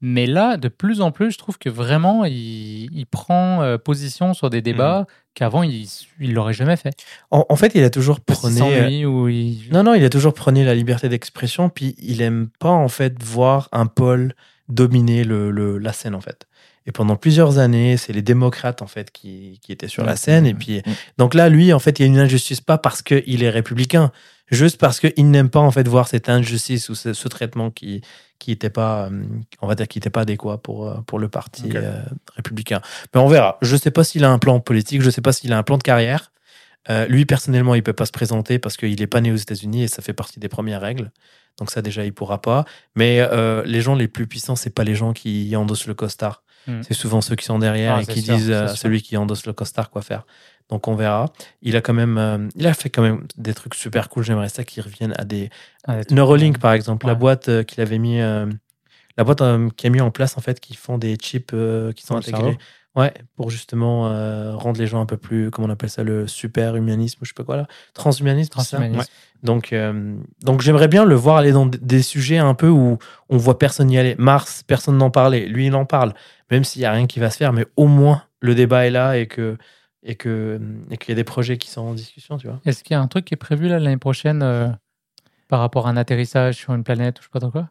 Speaker 4: Mais là, de plus en plus, je trouve que vraiment, il, il prend euh, position sur des débats
Speaker 3: Hmm.
Speaker 4: qu'avant, il il l'aurait jamais fait.
Speaker 3: en, en fait, il a toujours
Speaker 4: Parce qu'il
Speaker 3: prôné.
Speaker 4: s'ennuie ou il-
Speaker 3: euh, Non, non, il a toujours prôné la liberté d'expression, puis il aime pas en fait voir un pôle dominer le, le- la scène en fait. Et pendant plusieurs années, c'est les démocrates en fait qui, qui étaient sur la scène. Et puis
Speaker 2: Mm.
Speaker 3: donc là, lui, en fait, il y a une injustice pas parce qu'il est républicain, juste parce qu'il n'aime pas en fait voir cette injustice ou ce, ce traitement qui qui était pas, euh, on va dire, qui était pas adéquat pour euh, pour le parti
Speaker 1: Ok.
Speaker 3: euh, républicain. Mais on verra. Je sais pas s'il a un plan politique, je sais pas s'il a un plan de carrière. Euh, lui, personnellement, il peut pas se présenter parce qu'il est pas né aux États-Unis et ça fait partie des premières règles. Donc ça, déjà, il pourra pas. Mais euh, les gens les plus puissants, c'est pas les gens qui endossent le costard.
Speaker 4: Mm.
Speaker 3: C'est souvent ceux qui sont derrière
Speaker 4: Ah,
Speaker 3: et
Speaker 4: c'est
Speaker 3: qui
Speaker 4: sûr,
Speaker 3: disent
Speaker 4: c'est
Speaker 3: euh, à
Speaker 4: sûr.
Speaker 3: celui qui endosse le costard quoi faire. Donc on verra. Il a quand même, euh, il a fait quand même des trucs super cool. J'aimerais ça qu'il revienne à des
Speaker 4: Ah, des trucs-
Speaker 3: Neuralink par exemple, la
Speaker 4: Ouais.
Speaker 3: boîte euh, qu'il avait mis, euh, la boîte euh, qui a mis en place en fait, qui font des chips euh, qui sont
Speaker 1: Dans le
Speaker 3: intégrés.
Speaker 1: cerveau.
Speaker 3: Ouais, pour justement euh, rendre les gens un peu plus, comment on appelle ça, le super humanisme, je sais pas quoi là, transhumanisme. c'est ça
Speaker 4: Transhumanisme.
Speaker 3: donc, euh, donc j'aimerais bien le voir aller dans d- des sujets un peu où on voit personne y aller. Mars, personne n'en parlait. Lui, il en parle. Même s'il n'y a rien qui va se faire, mais au moins le débat est là et que et que et qu'il y a des projets qui sont en discussion, tu vois.
Speaker 4: Est-ce qu'il y a un truc qui est prévu là, l'année prochaine euh, par rapport à un atterrissage sur une planète ou je sais pas trop quoi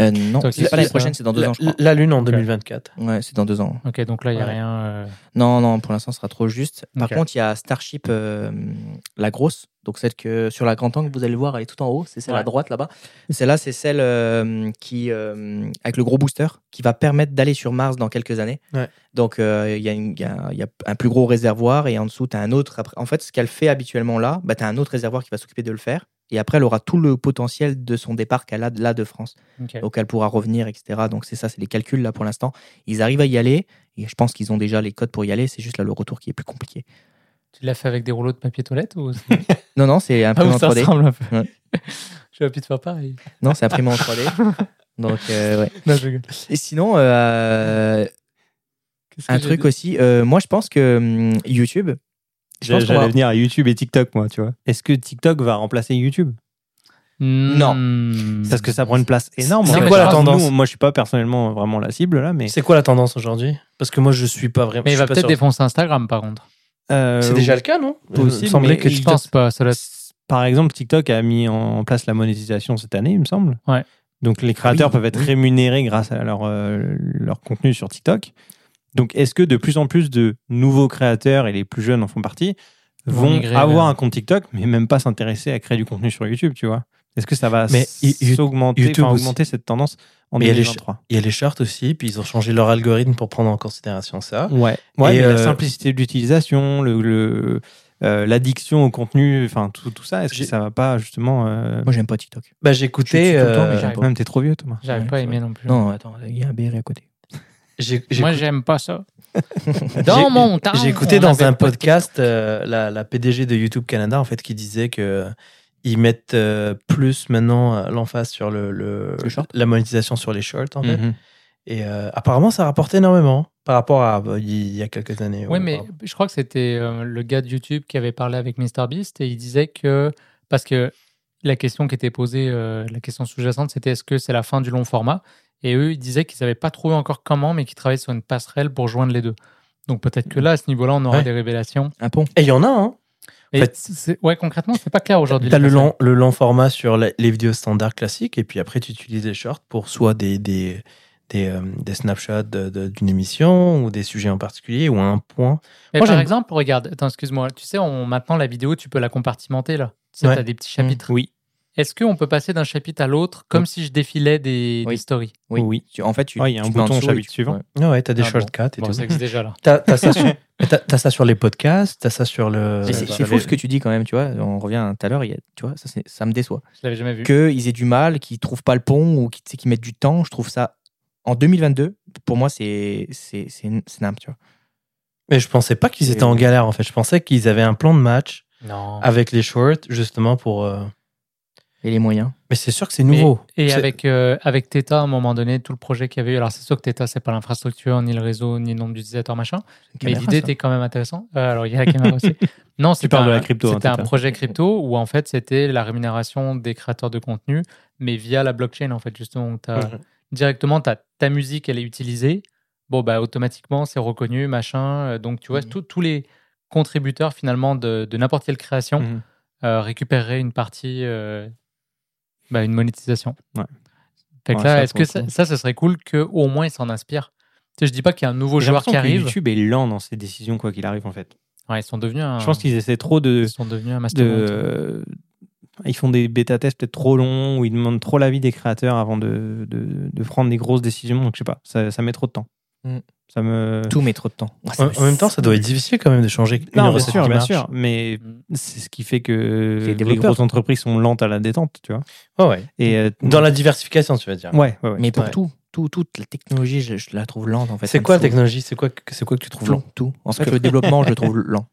Speaker 2: Euh, non,
Speaker 4: Toi,
Speaker 2: c'est pas
Speaker 4: qu'est-ce que
Speaker 2: l'année
Speaker 4: c'est,
Speaker 2: prochaine,
Speaker 4: hein
Speaker 2: c'est dans deux
Speaker 3: la,
Speaker 2: ans, je crois.
Speaker 3: la lune en 2024.
Speaker 2: Ouais, c'est dans deux ans.
Speaker 4: Ok, donc là, il n'y a
Speaker 3: Ouais.
Speaker 4: rien. euh,
Speaker 2: Non, non, pour l'instant, ce sera trop juste. Par
Speaker 4: Ok.
Speaker 2: contre, il y a Starship, euh, la grosse, donc celle que sur la grande angle, vous allez voir, elle est tout en haut, c'est celle à
Speaker 4: Ouais.
Speaker 2: droite là-bas. Celle-là, c'est celle euh, qui, euh, avec le gros booster, qui va permettre d'aller sur Mars dans quelques années.
Speaker 3: Ouais.
Speaker 2: Donc, euh, il y, a une- il y a un- il y a un plus gros réservoir et en dessous, tu as un autre. après- En fait, ce qu'elle fait habituellement là, bah, tu as un autre réservoir qui va s'occuper de le faire. Et après, elle aura tout le potentiel de son départ qu'elle a de là de France
Speaker 4: ok.
Speaker 3: Oh.
Speaker 2: donc elle pourra revenir, etc. Donc c'est ça, c'est les calculs là pour l'instant. Ils arrivent à y aller et je pense qu'ils ont déjà les codes pour y aller. C'est juste là le retour qui est plus compliqué.
Speaker 4: Tu l'as fait avec des rouleaux de papier toilette ou
Speaker 2: Non, non, c'est imprimé en
Speaker 4: ça
Speaker 2: 3D.
Speaker 4: ressemble un peu
Speaker 2: Ouais.
Speaker 4: J'aurais pu te faire pareil.
Speaker 2: Non, c'est imprimé en 3D. Donc euh, ouais.
Speaker 4: Non, je rigole.
Speaker 2: Et sinon, euh,
Speaker 4: Qu'est-ce que
Speaker 2: un
Speaker 4: j'ai
Speaker 2: truc
Speaker 4: dit
Speaker 2: aussi. euh, moi, je pense que hum, YouTube. Je
Speaker 1: J'a-
Speaker 2: pense qu'on
Speaker 1: J'allais
Speaker 2: va-
Speaker 1: venir à YouTube et TikTok, moi, tu vois. Est-ce que TikTok va remplacer YouTube
Speaker 2: Non.
Speaker 4: Hmm.
Speaker 1: Parce que ça prend une place énorme.
Speaker 3: C'est
Speaker 1: en fait.
Speaker 4: quoi la
Speaker 1: Nous,
Speaker 3: tendance
Speaker 1: Moi, je suis pas personnellement vraiment la cible là, mais
Speaker 3: C'est quoi la tendance aujourd'hui Parce que moi, je suis pas vraiment.
Speaker 4: Mais
Speaker 3: je
Speaker 4: il
Speaker 3: suis
Speaker 4: va
Speaker 3: pas
Speaker 4: peut-être
Speaker 3: sûr.
Speaker 4: défoncer Instagram par contre.
Speaker 1: euh,
Speaker 3: C'est déjà le cas, non
Speaker 1: Possible,
Speaker 3: Il me semblait
Speaker 1: mais
Speaker 3: que
Speaker 1: il-
Speaker 4: Je pense pas. Ça doit être-
Speaker 1: Par exemple, TikTok a mis en place la monétisation cette année, il me semble.
Speaker 4: Ouais.
Speaker 1: Donc les créateurs
Speaker 3: Ah
Speaker 2: oui,
Speaker 1: peuvent être
Speaker 2: oui.
Speaker 1: rémunérés grâce à leur, euh, leur contenu sur TikTok. Donc est-ce que de plus en plus de nouveaux créateurs et les plus jeunes en font partie vont
Speaker 4: migrer
Speaker 1: avoir
Speaker 4: vers-
Speaker 1: un compte TikTok, mais même pas s'intéresser à créer du contenu sur YouTube, tu vois. Est-ce que ça va
Speaker 3: Mais y- y-
Speaker 1: s'augmenter,
Speaker 3: YouTube
Speaker 1: enfin,
Speaker 3: aussi.
Speaker 1: augmenter cette tendance en
Speaker 3: Mais il y a les
Speaker 1: 2023
Speaker 3: Il y a les charts aussi, puis ils ont changé leur algorithme pour prendre en considération ça.
Speaker 1: Ouais, ouais
Speaker 3: Et,
Speaker 1: mais la
Speaker 3: euh,
Speaker 1: simplicité de l'utilisation, le, le- euh, l'addiction au contenu, enfin tout, tout ça, est-ce que
Speaker 3: J'ai-
Speaker 1: ça va pas justement. euh,
Speaker 2: Moi, j'aime pas TikTok.
Speaker 3: Bah,
Speaker 1: tu-
Speaker 3: j'écoutais.
Speaker 1: tu- tout le temps, mais
Speaker 3: euh,
Speaker 1: j'arrive- Même t'es trop vieux, Thomas.
Speaker 4: J'arrive
Speaker 3: Ouais,
Speaker 4: pas à
Speaker 3: c'est
Speaker 4: aimer non plus.
Speaker 2: Non, attends, il y a un BR à côté.
Speaker 3: j'ai-
Speaker 4: Moi,
Speaker 3: j'écoute-
Speaker 4: j'aime pas ça.
Speaker 3: J'ai-
Speaker 4: Dans mon temps.
Speaker 3: J'ai écouté
Speaker 4: on
Speaker 3: dans
Speaker 4: appelle
Speaker 3: un
Speaker 4: pas
Speaker 3: podcast euh, la, la PDG de YouTube Canada en fait qui disait que euh, ils mettent euh, plus maintenant euh, l'emphase sur le, le-
Speaker 2: Le short.
Speaker 3: la monétisation sur les shorts en fait.
Speaker 1: Mhm.
Speaker 3: Et euh, apparemment ça rapporte énormément par rapport à euh, il y a quelques années.
Speaker 4: Oui,
Speaker 3: ou-
Speaker 4: mais je crois que c'était euh, le gars de YouTube qui avait parlé avec MrBeast et il disait que. Parce que la question qui était posée, euh, la question sous-jacente, c'était est-ce que c'est la fin du long format Et eux, ils disaient qu'ils n'avaient pas trouvé encore comment, mais qu'ils travaillaient sur une passerelle pour joindre les deux. Donc peut-être que là, à ce niveau-là, on aura
Speaker 3: Ouais.
Speaker 4: des révélations.
Speaker 2: Un pont.
Speaker 3: Et il y en a. Hein.
Speaker 4: Et
Speaker 3: fait-
Speaker 4: c'est- c'est- ouais, concrètement, c'est pas clair aujourd'hui.
Speaker 3: T'as
Speaker 4: les
Speaker 3: le
Speaker 4: passerelles.
Speaker 3: long, le long format sur la- les vidéos standards classiques et puis après tu utilises les shorts pour soit des des des, euh, des snapshots de- de- d'une émission ou des sujets en particulier ou un point.
Speaker 4: Mais
Speaker 3: Moi,
Speaker 4: par
Speaker 3: j'aime-
Speaker 4: exemple, regarde, attends, excuse-moi, tu sais, on, maintenant la vidéo, tu peux la compartimenter là. Tu sais,
Speaker 3: Ouais. Mmh.
Speaker 4: t'as des petits chapitres.
Speaker 1: Oui.
Speaker 4: Est-ce qu'on peut passer d'un chapitre à l'autre comme si je défilais des, des
Speaker 2: Oui.
Speaker 4: stories
Speaker 2: Oui. Ah,
Speaker 1: Oui.
Speaker 2: Tu- en fait, tu.
Speaker 1: Ouais, il y a
Speaker 2: tu
Speaker 1: un
Speaker 2: te mets en
Speaker 1: bouton au
Speaker 2: dessous et
Speaker 1: chapitre
Speaker 2: tu-
Speaker 1: suivant.
Speaker 2: ouais.
Speaker 3: Ah ouais, t'as des
Speaker 4: Ah bon.
Speaker 3: shortcuts et
Speaker 4: Bon,
Speaker 3: tout.
Speaker 4: ça existe déjà là.
Speaker 3: T'as t'as ça, sur- mais t'as- t'as ça sur les podcasts, t'as ça sur le.
Speaker 2: Mais C'est
Speaker 3: sur
Speaker 2: c'est fou
Speaker 3: les-
Speaker 2: ce que tu dis quand même, tu vois. On revient à tout à l'heure, il y a- tu vois, ça, c'est- ça me déçoit.
Speaker 4: Je l'avais jamais vu.
Speaker 2: Qu'ils aient du mal, qu'ils trouvent pas le pont ou qu'ils tu sais, qu'ils mettent du temps, je trouve ça. En 2022, pour moi, c'est c'est c'est c'est nimp, tu vois.
Speaker 3: Mais je pensais pas qu'ils étaient en galère en fait. Je pensais qu'ils avaient un plan de match
Speaker 4: Non.
Speaker 1: Ah,
Speaker 3: avec les shorts justement pour. euh,
Speaker 2: Et les moyens.
Speaker 3: Mais c'est sûr que c'est nouveau.
Speaker 4: Et
Speaker 3: C'est-
Speaker 4: avec, euh, avec Theta, à un moment donné, tout le projet qu'il y avait eu. Alors, c'est sûr que Theta, c'est pas l'infrastructure, ni le réseau, ni le nombre d'utilisateurs, machin. Mais
Speaker 2: Caméra,
Speaker 4: l'idée
Speaker 2: ça.
Speaker 4: était quand même intéressante. Euh, alors, il y a la caméra aussi. Non, c'était
Speaker 1: parles de
Speaker 4: un-
Speaker 1: la crypto, hein,
Speaker 4: C'était un
Speaker 1: Theta.
Speaker 4: projet crypto où, en fait, c'était la rémunération des créateurs de contenu, mais via la blockchain, en fait, justement. où t'as-
Speaker 3: Mhm.
Speaker 4: Directement, t'as- ta musique, elle est utilisée. Bon, bah, automatiquement, c'est reconnu, machin. Euh, Donc, tu vois,
Speaker 2: Mhm.
Speaker 4: tous- tous les contributeurs, finalement, de, de n'importe quelle création
Speaker 1: Mhm.
Speaker 4: euh, récupérerait une partie, euh, bah, une monétisation.
Speaker 1: Ouais.
Speaker 4: Fait que
Speaker 1: Ouais,
Speaker 4: là,
Speaker 1: ça,
Speaker 4: est-ce
Speaker 1: pour
Speaker 4: que
Speaker 1: le
Speaker 4: ça,
Speaker 1: coup.
Speaker 4: ça, ce serait cool qu'au moins ils s'en inspirent Tu sais, Je dis pas qu'il y a un nouveau
Speaker 1: J'ai
Speaker 4: joueur
Speaker 1: l'impression
Speaker 4: qui
Speaker 1: que
Speaker 4: arrive.
Speaker 1: YouTube est lent dans ses décisions, quoi qu'il arrive, en fait.
Speaker 4: Ouais, ils sont devenus un,
Speaker 1: Je pense qu'ils essaient trop de.
Speaker 4: ils sont devenus un
Speaker 1: de-
Speaker 4: mastodonte.
Speaker 1: Ils font des bêta-tests peut-être trop longs, ou ils demandent trop l'avis des créateurs avant de, de, de prendre des grosses décisions. Donc, je sais pas, ça, ça met trop de temps.
Speaker 2: Mm.
Speaker 1: Ça me.
Speaker 2: Tout met trop de temps. Ah, ça
Speaker 3: En,
Speaker 2: me
Speaker 3: en même temps, ça doit être difficile quand même de changer une
Speaker 1: Non, bien
Speaker 3: recette
Speaker 1: sûr,
Speaker 3: qui
Speaker 1: bien
Speaker 3: marche.
Speaker 1: sûr. Mais c'est ce qui fait que
Speaker 2: C'est les
Speaker 1: les,
Speaker 2: développeurs.
Speaker 1: grosses entreprises sont lentes à la détente, tu vois.
Speaker 3: Ouais, ouais.
Speaker 1: Et euh,
Speaker 3: Dans la diversification, tu vas dire.
Speaker 1: ouais, ouais, ouais.
Speaker 2: Mais pour
Speaker 3: Ouais.
Speaker 2: tout, tout, toute la technologie, je, je la trouve lente en fait. Ça
Speaker 3: C'est
Speaker 2: me
Speaker 3: quoi la
Speaker 2: saoule.
Speaker 3: technologie C'est quoi, que- c'est quoi que tu trouves
Speaker 2: Tout,
Speaker 3: long
Speaker 2: tout. En
Speaker 3: Parce
Speaker 2: fait,
Speaker 3: que-
Speaker 2: le développement, je le trouve lent.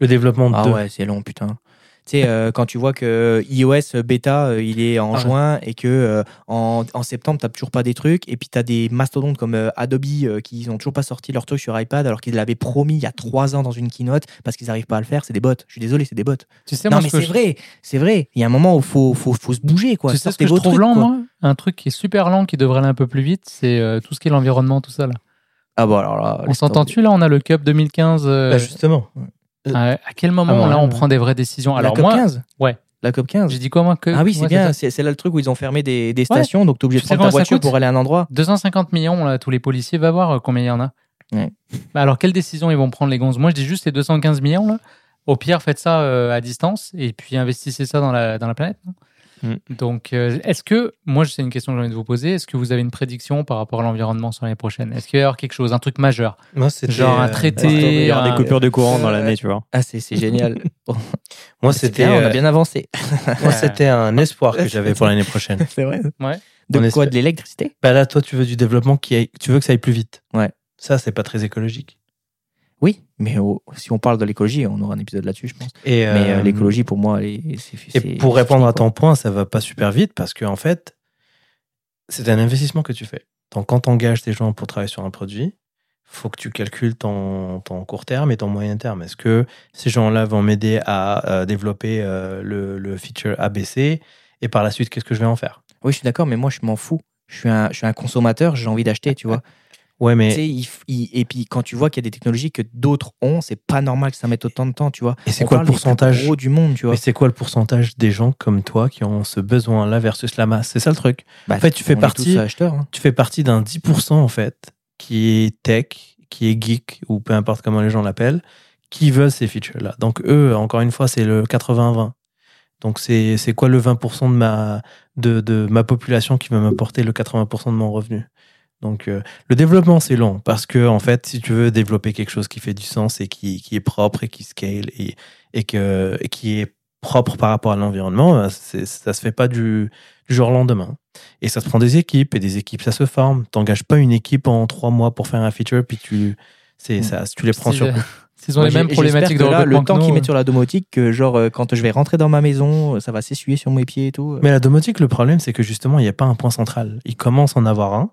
Speaker 3: Le développement
Speaker 2: Ah
Speaker 3: de.
Speaker 2: ouais, c'est long, putain. Tu sais, euh, quand tu vois que iOS bêta, euh, il est en
Speaker 3: Ah ouais.
Speaker 2: juin et que euh, en, en septembre, t'as toujours pas des trucs. Et puis t'as des mastodontes comme euh, Adobe euh, qui ont toujours pas sorti leur truc sur iPad alors qu'ils l'avaient promis il y a trois ans dans une keynote parce qu'ils arrivent pas à le faire. C'est des bots. Je suis désolé, c'est des bots.
Speaker 4: Tu sais,
Speaker 2: non,
Speaker 4: moi,
Speaker 2: mais
Speaker 4: ce que
Speaker 2: c'est
Speaker 4: je-
Speaker 2: vrai, c'est vrai. Il y a un moment où faut, faut, faut se bouger, quoi.
Speaker 4: Tu sais ce
Speaker 2: Sortez
Speaker 4: que je
Speaker 2: vos
Speaker 4: trouve
Speaker 2: trucs,
Speaker 4: lent, hein.
Speaker 2: quoi.
Speaker 4: moi Un truc qui est super lent, qui devrait aller un peu plus vite, c'est euh, tout ce qui est l'environnement, tout ça. Là.
Speaker 2: Ah bah alors là.
Speaker 4: On
Speaker 2: laisse tomber.
Speaker 4: s'entend-tu là On a le Cup 2015. euh,
Speaker 3: Bah, justement.
Speaker 4: à, à quel moment
Speaker 3: Ah bon,
Speaker 4: là on
Speaker 3: ouais.
Speaker 4: prend des vraies décisions
Speaker 2: La
Speaker 4: Alors
Speaker 2: COP
Speaker 4: moi,
Speaker 2: 15
Speaker 4: ouais.
Speaker 2: La COP 15
Speaker 4: j'ai dit quoi moi que
Speaker 2: Ah oui, c'est
Speaker 4: ouais,
Speaker 2: bien.
Speaker 4: ça.
Speaker 2: C'est c'est là le truc où ils ont fermé des, des stations, donc t'es obligé
Speaker 4: Tu
Speaker 2: de
Speaker 4: sais
Speaker 2: prendre ta
Speaker 4: combien ça
Speaker 2: voiture
Speaker 4: coûte
Speaker 2: pour aller à un endroit.
Speaker 4: 250 millions, là, tous les policiers, va voir euh, combien il y en a.
Speaker 2: Ouais.
Speaker 4: Bah alors, quelle décision ils vont prendre, les gonzes Moi, je dis juste les 215 millions, là. Au pire, faites ça euh, à distance et puis investissez ça dans la, dans la planète. non
Speaker 1: Mm.
Speaker 4: Donc, euh, est-ce que, moi, c'est une question que j'ai envie de vous poser, est-ce que vous avez une prédiction par rapport à l'environnement sur l'année prochaine Est-ce qu'il va y avoir quelque chose, un truc majeur
Speaker 3: Moi, c'était,
Speaker 4: Genre un
Speaker 3: euh,
Speaker 4: traité,
Speaker 2: ouais,
Speaker 1: il y aura
Speaker 4: un-
Speaker 1: des coupures de courant dans
Speaker 2: Euh,
Speaker 1: l'année, tu vois.
Speaker 2: Ah, c'est c'est génial. Bon,
Speaker 3: Moi,
Speaker 2: c'est
Speaker 3: c'était.
Speaker 2: bien, ah, on a
Speaker 3: euh,
Speaker 2: bien avancé.
Speaker 3: Moi, c'était un espoir que j'avais pour l'année prochaine.
Speaker 2: c'est vrai.
Speaker 4: Ouais.
Speaker 2: De
Speaker 3: On
Speaker 2: quoi
Speaker 3: espère.
Speaker 2: De l'électricité
Speaker 3: Bah là, toi, tu veux du développement qui aille- tu veux que ça aille plus vite.
Speaker 2: Ouais.
Speaker 3: Ça, c'est pas très écologique.
Speaker 2: Oui, mais oh, si on parle de l'écologie, on aura un épisode là-dessus, je pense.
Speaker 3: Et,
Speaker 2: Mais euh,
Speaker 3: euh,
Speaker 2: l'écologie, pour moi, elle est- c'est
Speaker 3: Et
Speaker 2: c'est-
Speaker 3: pour
Speaker 2: c'est
Speaker 3: répondre
Speaker 2: fini, quoi.
Speaker 3: à ton point, ça va pas super vite parce que en fait, c'est un investissement que tu fais. Donc, quand tu engages tes gens pour travailler sur un produit, faut que tu calcules ton, ton court terme et ton moyen terme. Est-ce que ces gens-là vont m'aider à euh, développer euh, le, le feature ABC et par la suite, qu'est-ce que je vais en faire
Speaker 2: Oui, je suis d'accord, mais moi, je m'en fous. Je suis, un, je suis un consommateur, j'ai envie d'acheter, tu vois.
Speaker 3: Ouais,
Speaker 2: Tu
Speaker 3: mais
Speaker 2: sais, il f- il- et puis quand tu vois qu'il y a des technologies que d'autres ont, c'est pas normal que ça mette autant de temps, tu vois.
Speaker 3: et c'est
Speaker 2: On
Speaker 3: quoi le
Speaker 2: parle des plus
Speaker 3: pourcentage
Speaker 2: gros du monde, tu vois.
Speaker 3: Mais c'est quoi le pourcentage des gens comme toi qui ont ce besoin-là versus la masse C'est ça le truc.
Speaker 2: Bah,
Speaker 3: en fait, tu fais
Speaker 2: on est
Speaker 3: partie-
Speaker 2: tous acheteurs, hein.
Speaker 3: Tu fais partie d'un 10% en fait, qui est tech, qui est geek, ou peu importe comment les gens l'appellent, qui veulent ces features-là. Donc, eux, encore une fois, c'est le 80-20. Donc, c'est c'est quoi le 20% de ma, de, de ma population qui va m'apporter le 80% de mon revenu donc, euh, le développement, c'est long parce que, en fait, si tu veux développer quelque chose qui fait du sens et qui, qui est propre et qui scale et, et, que, et qui est propre par rapport à l'environnement, ben, c'est- ça se fait pas du, du jour au lendemain. Et ça se prend des équipes, et des équipes, ça se forme. T'engages pas une équipe en trois mois pour faire un feature, puis tu, c'est
Speaker 2: Mm.
Speaker 3: ça, tu les prends
Speaker 4: S'ils- euh,
Speaker 3: sur.
Speaker 4: S'ils ont
Speaker 2: Moi,
Speaker 4: les
Speaker 2: j'ai-
Speaker 4: mêmes
Speaker 2: j'espère
Speaker 4: problématiques
Speaker 2: que
Speaker 4: de euh,
Speaker 2: là, le
Speaker 4: recrutement que
Speaker 2: temps qu'ils
Speaker 4: nous,
Speaker 2: mettent sur la domotique, que genre euh, quand je vais rentrer dans ma maison, euh, ça va s'essuyer sur mes pieds et tout.
Speaker 3: Mais la domotique, le problème, c'est que justement, il n'y a pas un point central. Il commence à en avoir un,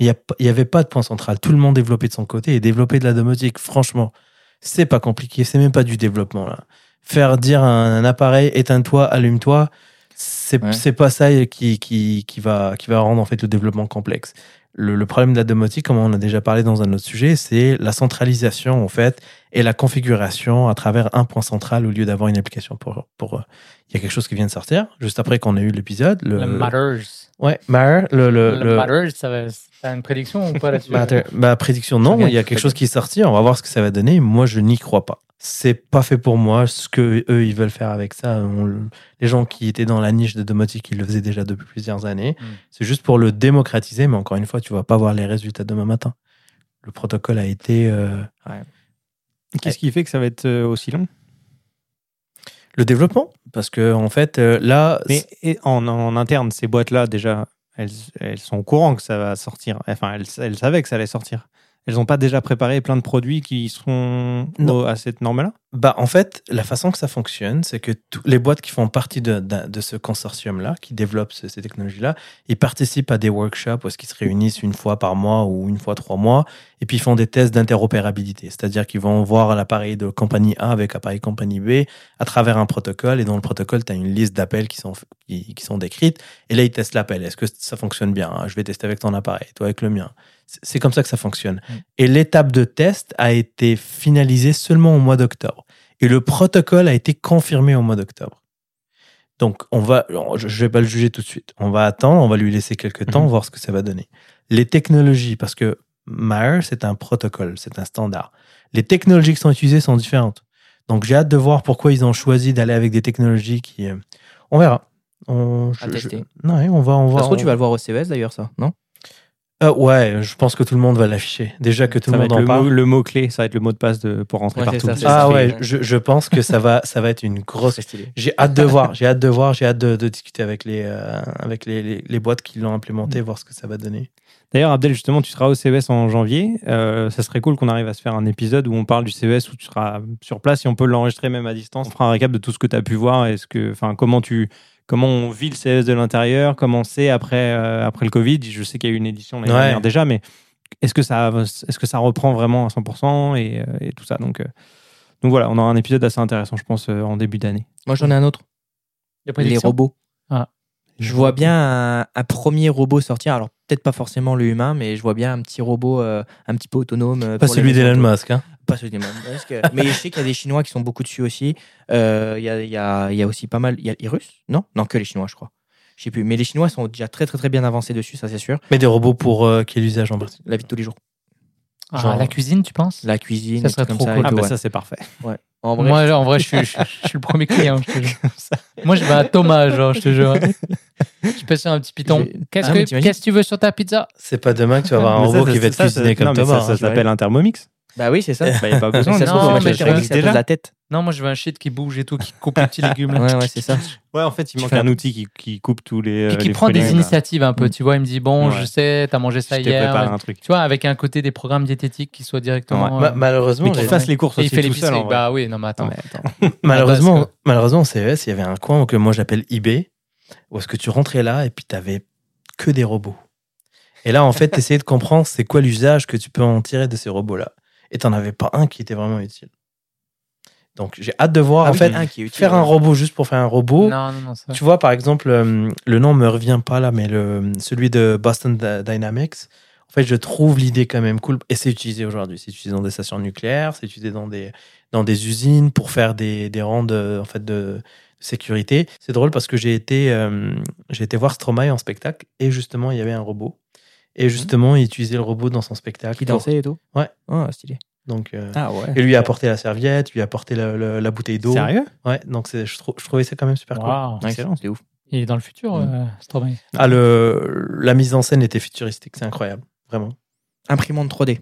Speaker 3: mais il y a pas- il n'y avait pas de point central. Tout le monde développait de son côté et développait de la domotique. Franchement, c'est pas compliqué. C'est même pas du développement, là. Faire dire à un appareil, éteins-toi, allume-toi, c'est
Speaker 2: Ouais.
Speaker 3: c'est pas ça qui, qui, qui, va, qui va rendre en fait le développement complexe. Le, le problème de la domotique, comme on a déjà parlé dans un autre sujet, c'est la centralisation en fait et la configuration à travers un point central au lieu d'avoir une application pour, pour, euh, il y a quelque chose qui vient de sortir juste après qu'on ait eu l'épisode. Le,
Speaker 4: le Matters.
Speaker 3: Ouais, Matter. Le, le,
Speaker 4: Le
Speaker 3: le-
Speaker 4: Matters, ça va- t'as une prédiction ou pas là-dessus
Speaker 3: Matter. Bah, prédiction, non.
Speaker 4: Regarde,
Speaker 3: Il y a
Speaker 4: regarde.
Speaker 3: quelque chose qui est sorti. On va voir ce que ça va donner. Moi, je n'y crois pas. C'est pas fait pour moi. Ce que eux, ils veulent faire avec ça, on le- les gens qui étaient dans la niche de domotique, ils le faisaient déjà depuis plusieurs années.
Speaker 4: Mm.
Speaker 3: C'est juste pour le démocratiser. Mais encore une fois, tu vas pas voir les résultats demain matin. Le protocole a été. euh,
Speaker 1: Qu'est-ce qui fait que ça va être euh, aussi long
Speaker 3: le développement. Parce que, en fait, euh, là.
Speaker 1: Mais et en, en interne, ces boîtes-là, déjà, elles, elles sont au courant que ça va sortir. Enfin, elles, elles savaient que ça allait sortir. Elles n'ont pas déjà préparé plein de produits qui seront
Speaker 3: Non.
Speaker 1: au- à cette norme-là
Speaker 3: Bah, en fait, la façon que ça fonctionne, c'est que toutes les boîtes qui font partie de, d'un- de ce consortium-là, qui développent ce- ces technologies-là, ils participent à des workshops où ils se réunissent une fois par mois ou une fois trois mois, et puis ils font des tests d'interopérabilité. C'est-à-dire qu'ils vont voir l'appareil de compagnie A avec appareil compagnie B à travers un protocole, et dans le protocole, tu as une liste d'appels qui sont, qui, qui sont décrites, et là, ils testent l'appel. Est-ce que ça fonctionne bien hein Je vais tester avec ton appareil, toi avec le mien. C'est- C'est comme ça que ça fonctionne.
Speaker 2: Mm.
Speaker 3: Et l'étape de test a été finalisée seulement au mois d'octobre. Et le protocole a été confirmé au mois d'octobre. Donc, on va, je ne vais pas le juger tout de suite. On va attendre, on va lui laisser quelques temps,
Speaker 2: Mm-hmm.
Speaker 1: Mhm.
Speaker 3: voir ce que ça va donner. Les technologies, parce que Maher, c'est un protocole, c'est un standard. Les technologies qui sont utilisées sont différentes. Donc, j'ai hâte de voir pourquoi ils ont choisi d'aller avec des technologies qui. euh, On verra. On,
Speaker 2: À tester.
Speaker 3: Non, ouais, on va, on
Speaker 2: Ça
Speaker 3: va.
Speaker 2: se trouve,
Speaker 3: on-
Speaker 2: tu vas le voir au CES d'ailleurs, ça, non
Speaker 3: Euh, ouais, je pense que tout le monde va l'afficher. Déjà que tout
Speaker 1: Ça
Speaker 3: le
Speaker 1: va
Speaker 3: monde
Speaker 1: être
Speaker 3: en
Speaker 1: le,
Speaker 3: parle.
Speaker 1: mot, le mot-clé, ça va être le mot de passe de, pour rentrer
Speaker 2: Ouais, c'est
Speaker 1: partout.
Speaker 2: ça, c'est
Speaker 3: Ah
Speaker 2: ça.
Speaker 3: ouais, je, je pense que ça va, ça va être une grosse
Speaker 2: C'est stylé.
Speaker 3: J'ai hâte de voir, j'ai hâte de voir, j'ai hâte de, de discuter avec les, euh, avec les, les, les boîtes qui l'ont implémenté,
Speaker 1: Mm.
Speaker 3: voir ce que ça va donner.
Speaker 1: D'ailleurs, Abdel, justement, tu seras au CES en janvier. Euh, ça serait cool qu'on arrive à se faire un épisode où on parle du CES, où tu seras sur place et on peut l'enregistrer même à distance. On fera un récap de tout ce que tu as pu voir et ce que, enfin, comment, tu, comment on vit le CES de l'intérieur, comment c'est après, euh, après le Covid. Je sais qu'il y a eu une édition l'année
Speaker 3: Ouais.
Speaker 1: dernière déjà, mais est-ce que, ça, est que ça reprend vraiment à 100% et, euh, et tout ça donc, euh, donc voilà, on aura un épisode assez intéressant, je pense, euh, en début d'année.
Speaker 2: Moi, j'en ai un autre.
Speaker 4: Les
Speaker 2: les
Speaker 4: prédictions
Speaker 2: robots.
Speaker 4: Ah.
Speaker 2: Je vois bien un, un premier robot sortir. Alors peut-être pas forcément le humain, mais je vois bien un petit robot, euh, un petit peu autonome. euh,
Speaker 3: Pas
Speaker 2: pour les
Speaker 3: celui
Speaker 2: mettre
Speaker 3: d'Elon
Speaker 2: en-
Speaker 3: Musk. Hein.
Speaker 2: Pas celui d'Elon Musk. mais je sais qu'il y a des Chinois qui sont beaucoup dessus aussi. Euh, Il y, a, il y a- il y a aussi pas mal. Il y a les Russes Non, non que les Chinois, je crois. Je sais plus. Mais les Chinois sont déjà très très très bien avancés dessus, ça c'est sûr.
Speaker 3: Mais des robots pour euh, quel usage en particulier
Speaker 2: La vie de tous les jours,
Speaker 4: Ah,
Speaker 3: Genre-
Speaker 4: La cuisine, tu penses
Speaker 2: la cuisine,
Speaker 4: Ça
Speaker 2: des trucs
Speaker 4: serait
Speaker 2: comme
Speaker 4: trop
Speaker 2: ça. et
Speaker 4: cool.
Speaker 1: Ah,
Speaker 2: tout,
Speaker 1: bah
Speaker 2: ouais.
Speaker 1: ça, c'est parfait.
Speaker 2: En vrai,
Speaker 4: Moi, en vrai, je suis, je, suis- je suis le premier client. je te jure. Moi, je vais à Thomas, genre, je te jure. Je passe sur un petit piton.
Speaker 2: J'ai-
Speaker 4: Qu'est-ce
Speaker 2: Ah,
Speaker 4: que
Speaker 2: mais t'imagines
Speaker 4: qu'est-ce que tu veux sur ta pizza
Speaker 3: C'est pas demain que tu vas avoir un
Speaker 1: Mais ça,
Speaker 3: robot
Speaker 1: ça,
Speaker 3: qui va
Speaker 1: ça,
Speaker 3: être
Speaker 1: ça,
Speaker 3: cuisiné
Speaker 1: ça,
Speaker 3: comme
Speaker 1: non, mais
Speaker 3: Thomas.
Speaker 1: Ça, ça
Speaker 3: hein.
Speaker 1: s'appelle un Thermomix.
Speaker 2: bah oui, c'est ça.
Speaker 1: Il n'y a pas besoin.
Speaker 2: Ça se
Speaker 1: non,
Speaker 2: trouve,
Speaker 4: non,
Speaker 2: on va
Speaker 4: mais
Speaker 2: chercher
Speaker 4: je-
Speaker 2: un mec qui
Speaker 1: déjà.
Speaker 2: pose la tête.
Speaker 4: Non, moi, je veux un shit qui bouge et tout, qui coupe les petits légumes. là.
Speaker 2: Ouais, ouais, c'est ça.
Speaker 1: Ouais, en fait, il
Speaker 2: Tu
Speaker 1: manque
Speaker 2: fais
Speaker 1: un outil qui, qui coupe tous les.
Speaker 4: Qui,
Speaker 1: euh,
Speaker 4: qui
Speaker 1: les
Speaker 4: prend
Speaker 1: fruits et
Speaker 4: des
Speaker 1: légumes.
Speaker 4: initiatives un peu. Tu vois, il me dit Bon,
Speaker 1: Ouais.
Speaker 4: je sais, t'as mangé
Speaker 1: Je
Speaker 4: ça
Speaker 1: t'ai
Speaker 4: hier.
Speaker 1: préparé un Bah, truc.
Speaker 4: Tu vois, avec un côté des programmes diététiques qui soient directement.
Speaker 3: Ma-
Speaker 4: euh,
Speaker 3: malheureusement,
Speaker 1: Mais qu'il
Speaker 3: les-
Speaker 1: fasse les courses
Speaker 4: et il
Speaker 1: aussi
Speaker 4: fait
Speaker 1: tout seul.
Speaker 4: l'épicerie.
Speaker 1: en vrai.
Speaker 4: Bah oui, non, mais
Speaker 1: Non,
Speaker 4: attends.
Speaker 1: mais attends.
Speaker 2: Ah,
Speaker 3: malheureusement,
Speaker 4: parce
Speaker 3: malheureusement, au CES, il y avait un coin que moi j'appelle eBay, où est-ce que tu rentrais là et puis t'avais que des robots. Et là, en fait, t'essayais de comprendre c'est quoi l'usage que tu peux en tirer de ces robots-là. Et t'en avais pas un qui était vraiment utile. Donc j'ai hâte de voir.
Speaker 2: Ah
Speaker 3: en
Speaker 2: oui,
Speaker 3: fait,
Speaker 2: un qui est utile,
Speaker 3: faire un
Speaker 2: ouais.
Speaker 3: robot juste pour faire un robot.
Speaker 4: Non, non, non. ça-
Speaker 3: Tu vois, par exemple, euh, le nom me revient pas là, mais le, celui de Boston Dy- Dynamics. En fait, je trouve l'idée quand même cool. Et c'est utilisé aujourd'hui. C'est utilisé dans des stations nucléaires, c'est utilisé dans des, dans des usines pour faire des, des rangs de, en fait, de, sécurité. C'est drôle parce que j'ai été, euh, j'ai été voir Stromae en spectacle et justement, il y avait un robot. Et justement, il utilisait le robot dans son spectacle.
Speaker 2: Qui
Speaker 3: pour-
Speaker 2: dansait et tout.
Speaker 3: Ouais.
Speaker 2: Ah, stylé.
Speaker 3: Donc, euh,
Speaker 1: Ah ouais.
Speaker 3: et lui a apporté la serviette, lui a apporté la, la- la bouteille d'eau.
Speaker 1: Sérieux
Speaker 3: Ouais, donc c'est- je, trou- je trouvais ça quand même super cool.
Speaker 4: Waouh.
Speaker 1: Excellent.
Speaker 2: C'est ouf.
Speaker 4: Il est dans le futur,
Speaker 1: Mm.
Speaker 4: euh, Stromae.
Speaker 3: Ah, le, la mise en scène était futuristique, c'est incroyable, vraiment.
Speaker 2: Imprimante 3D. Moi,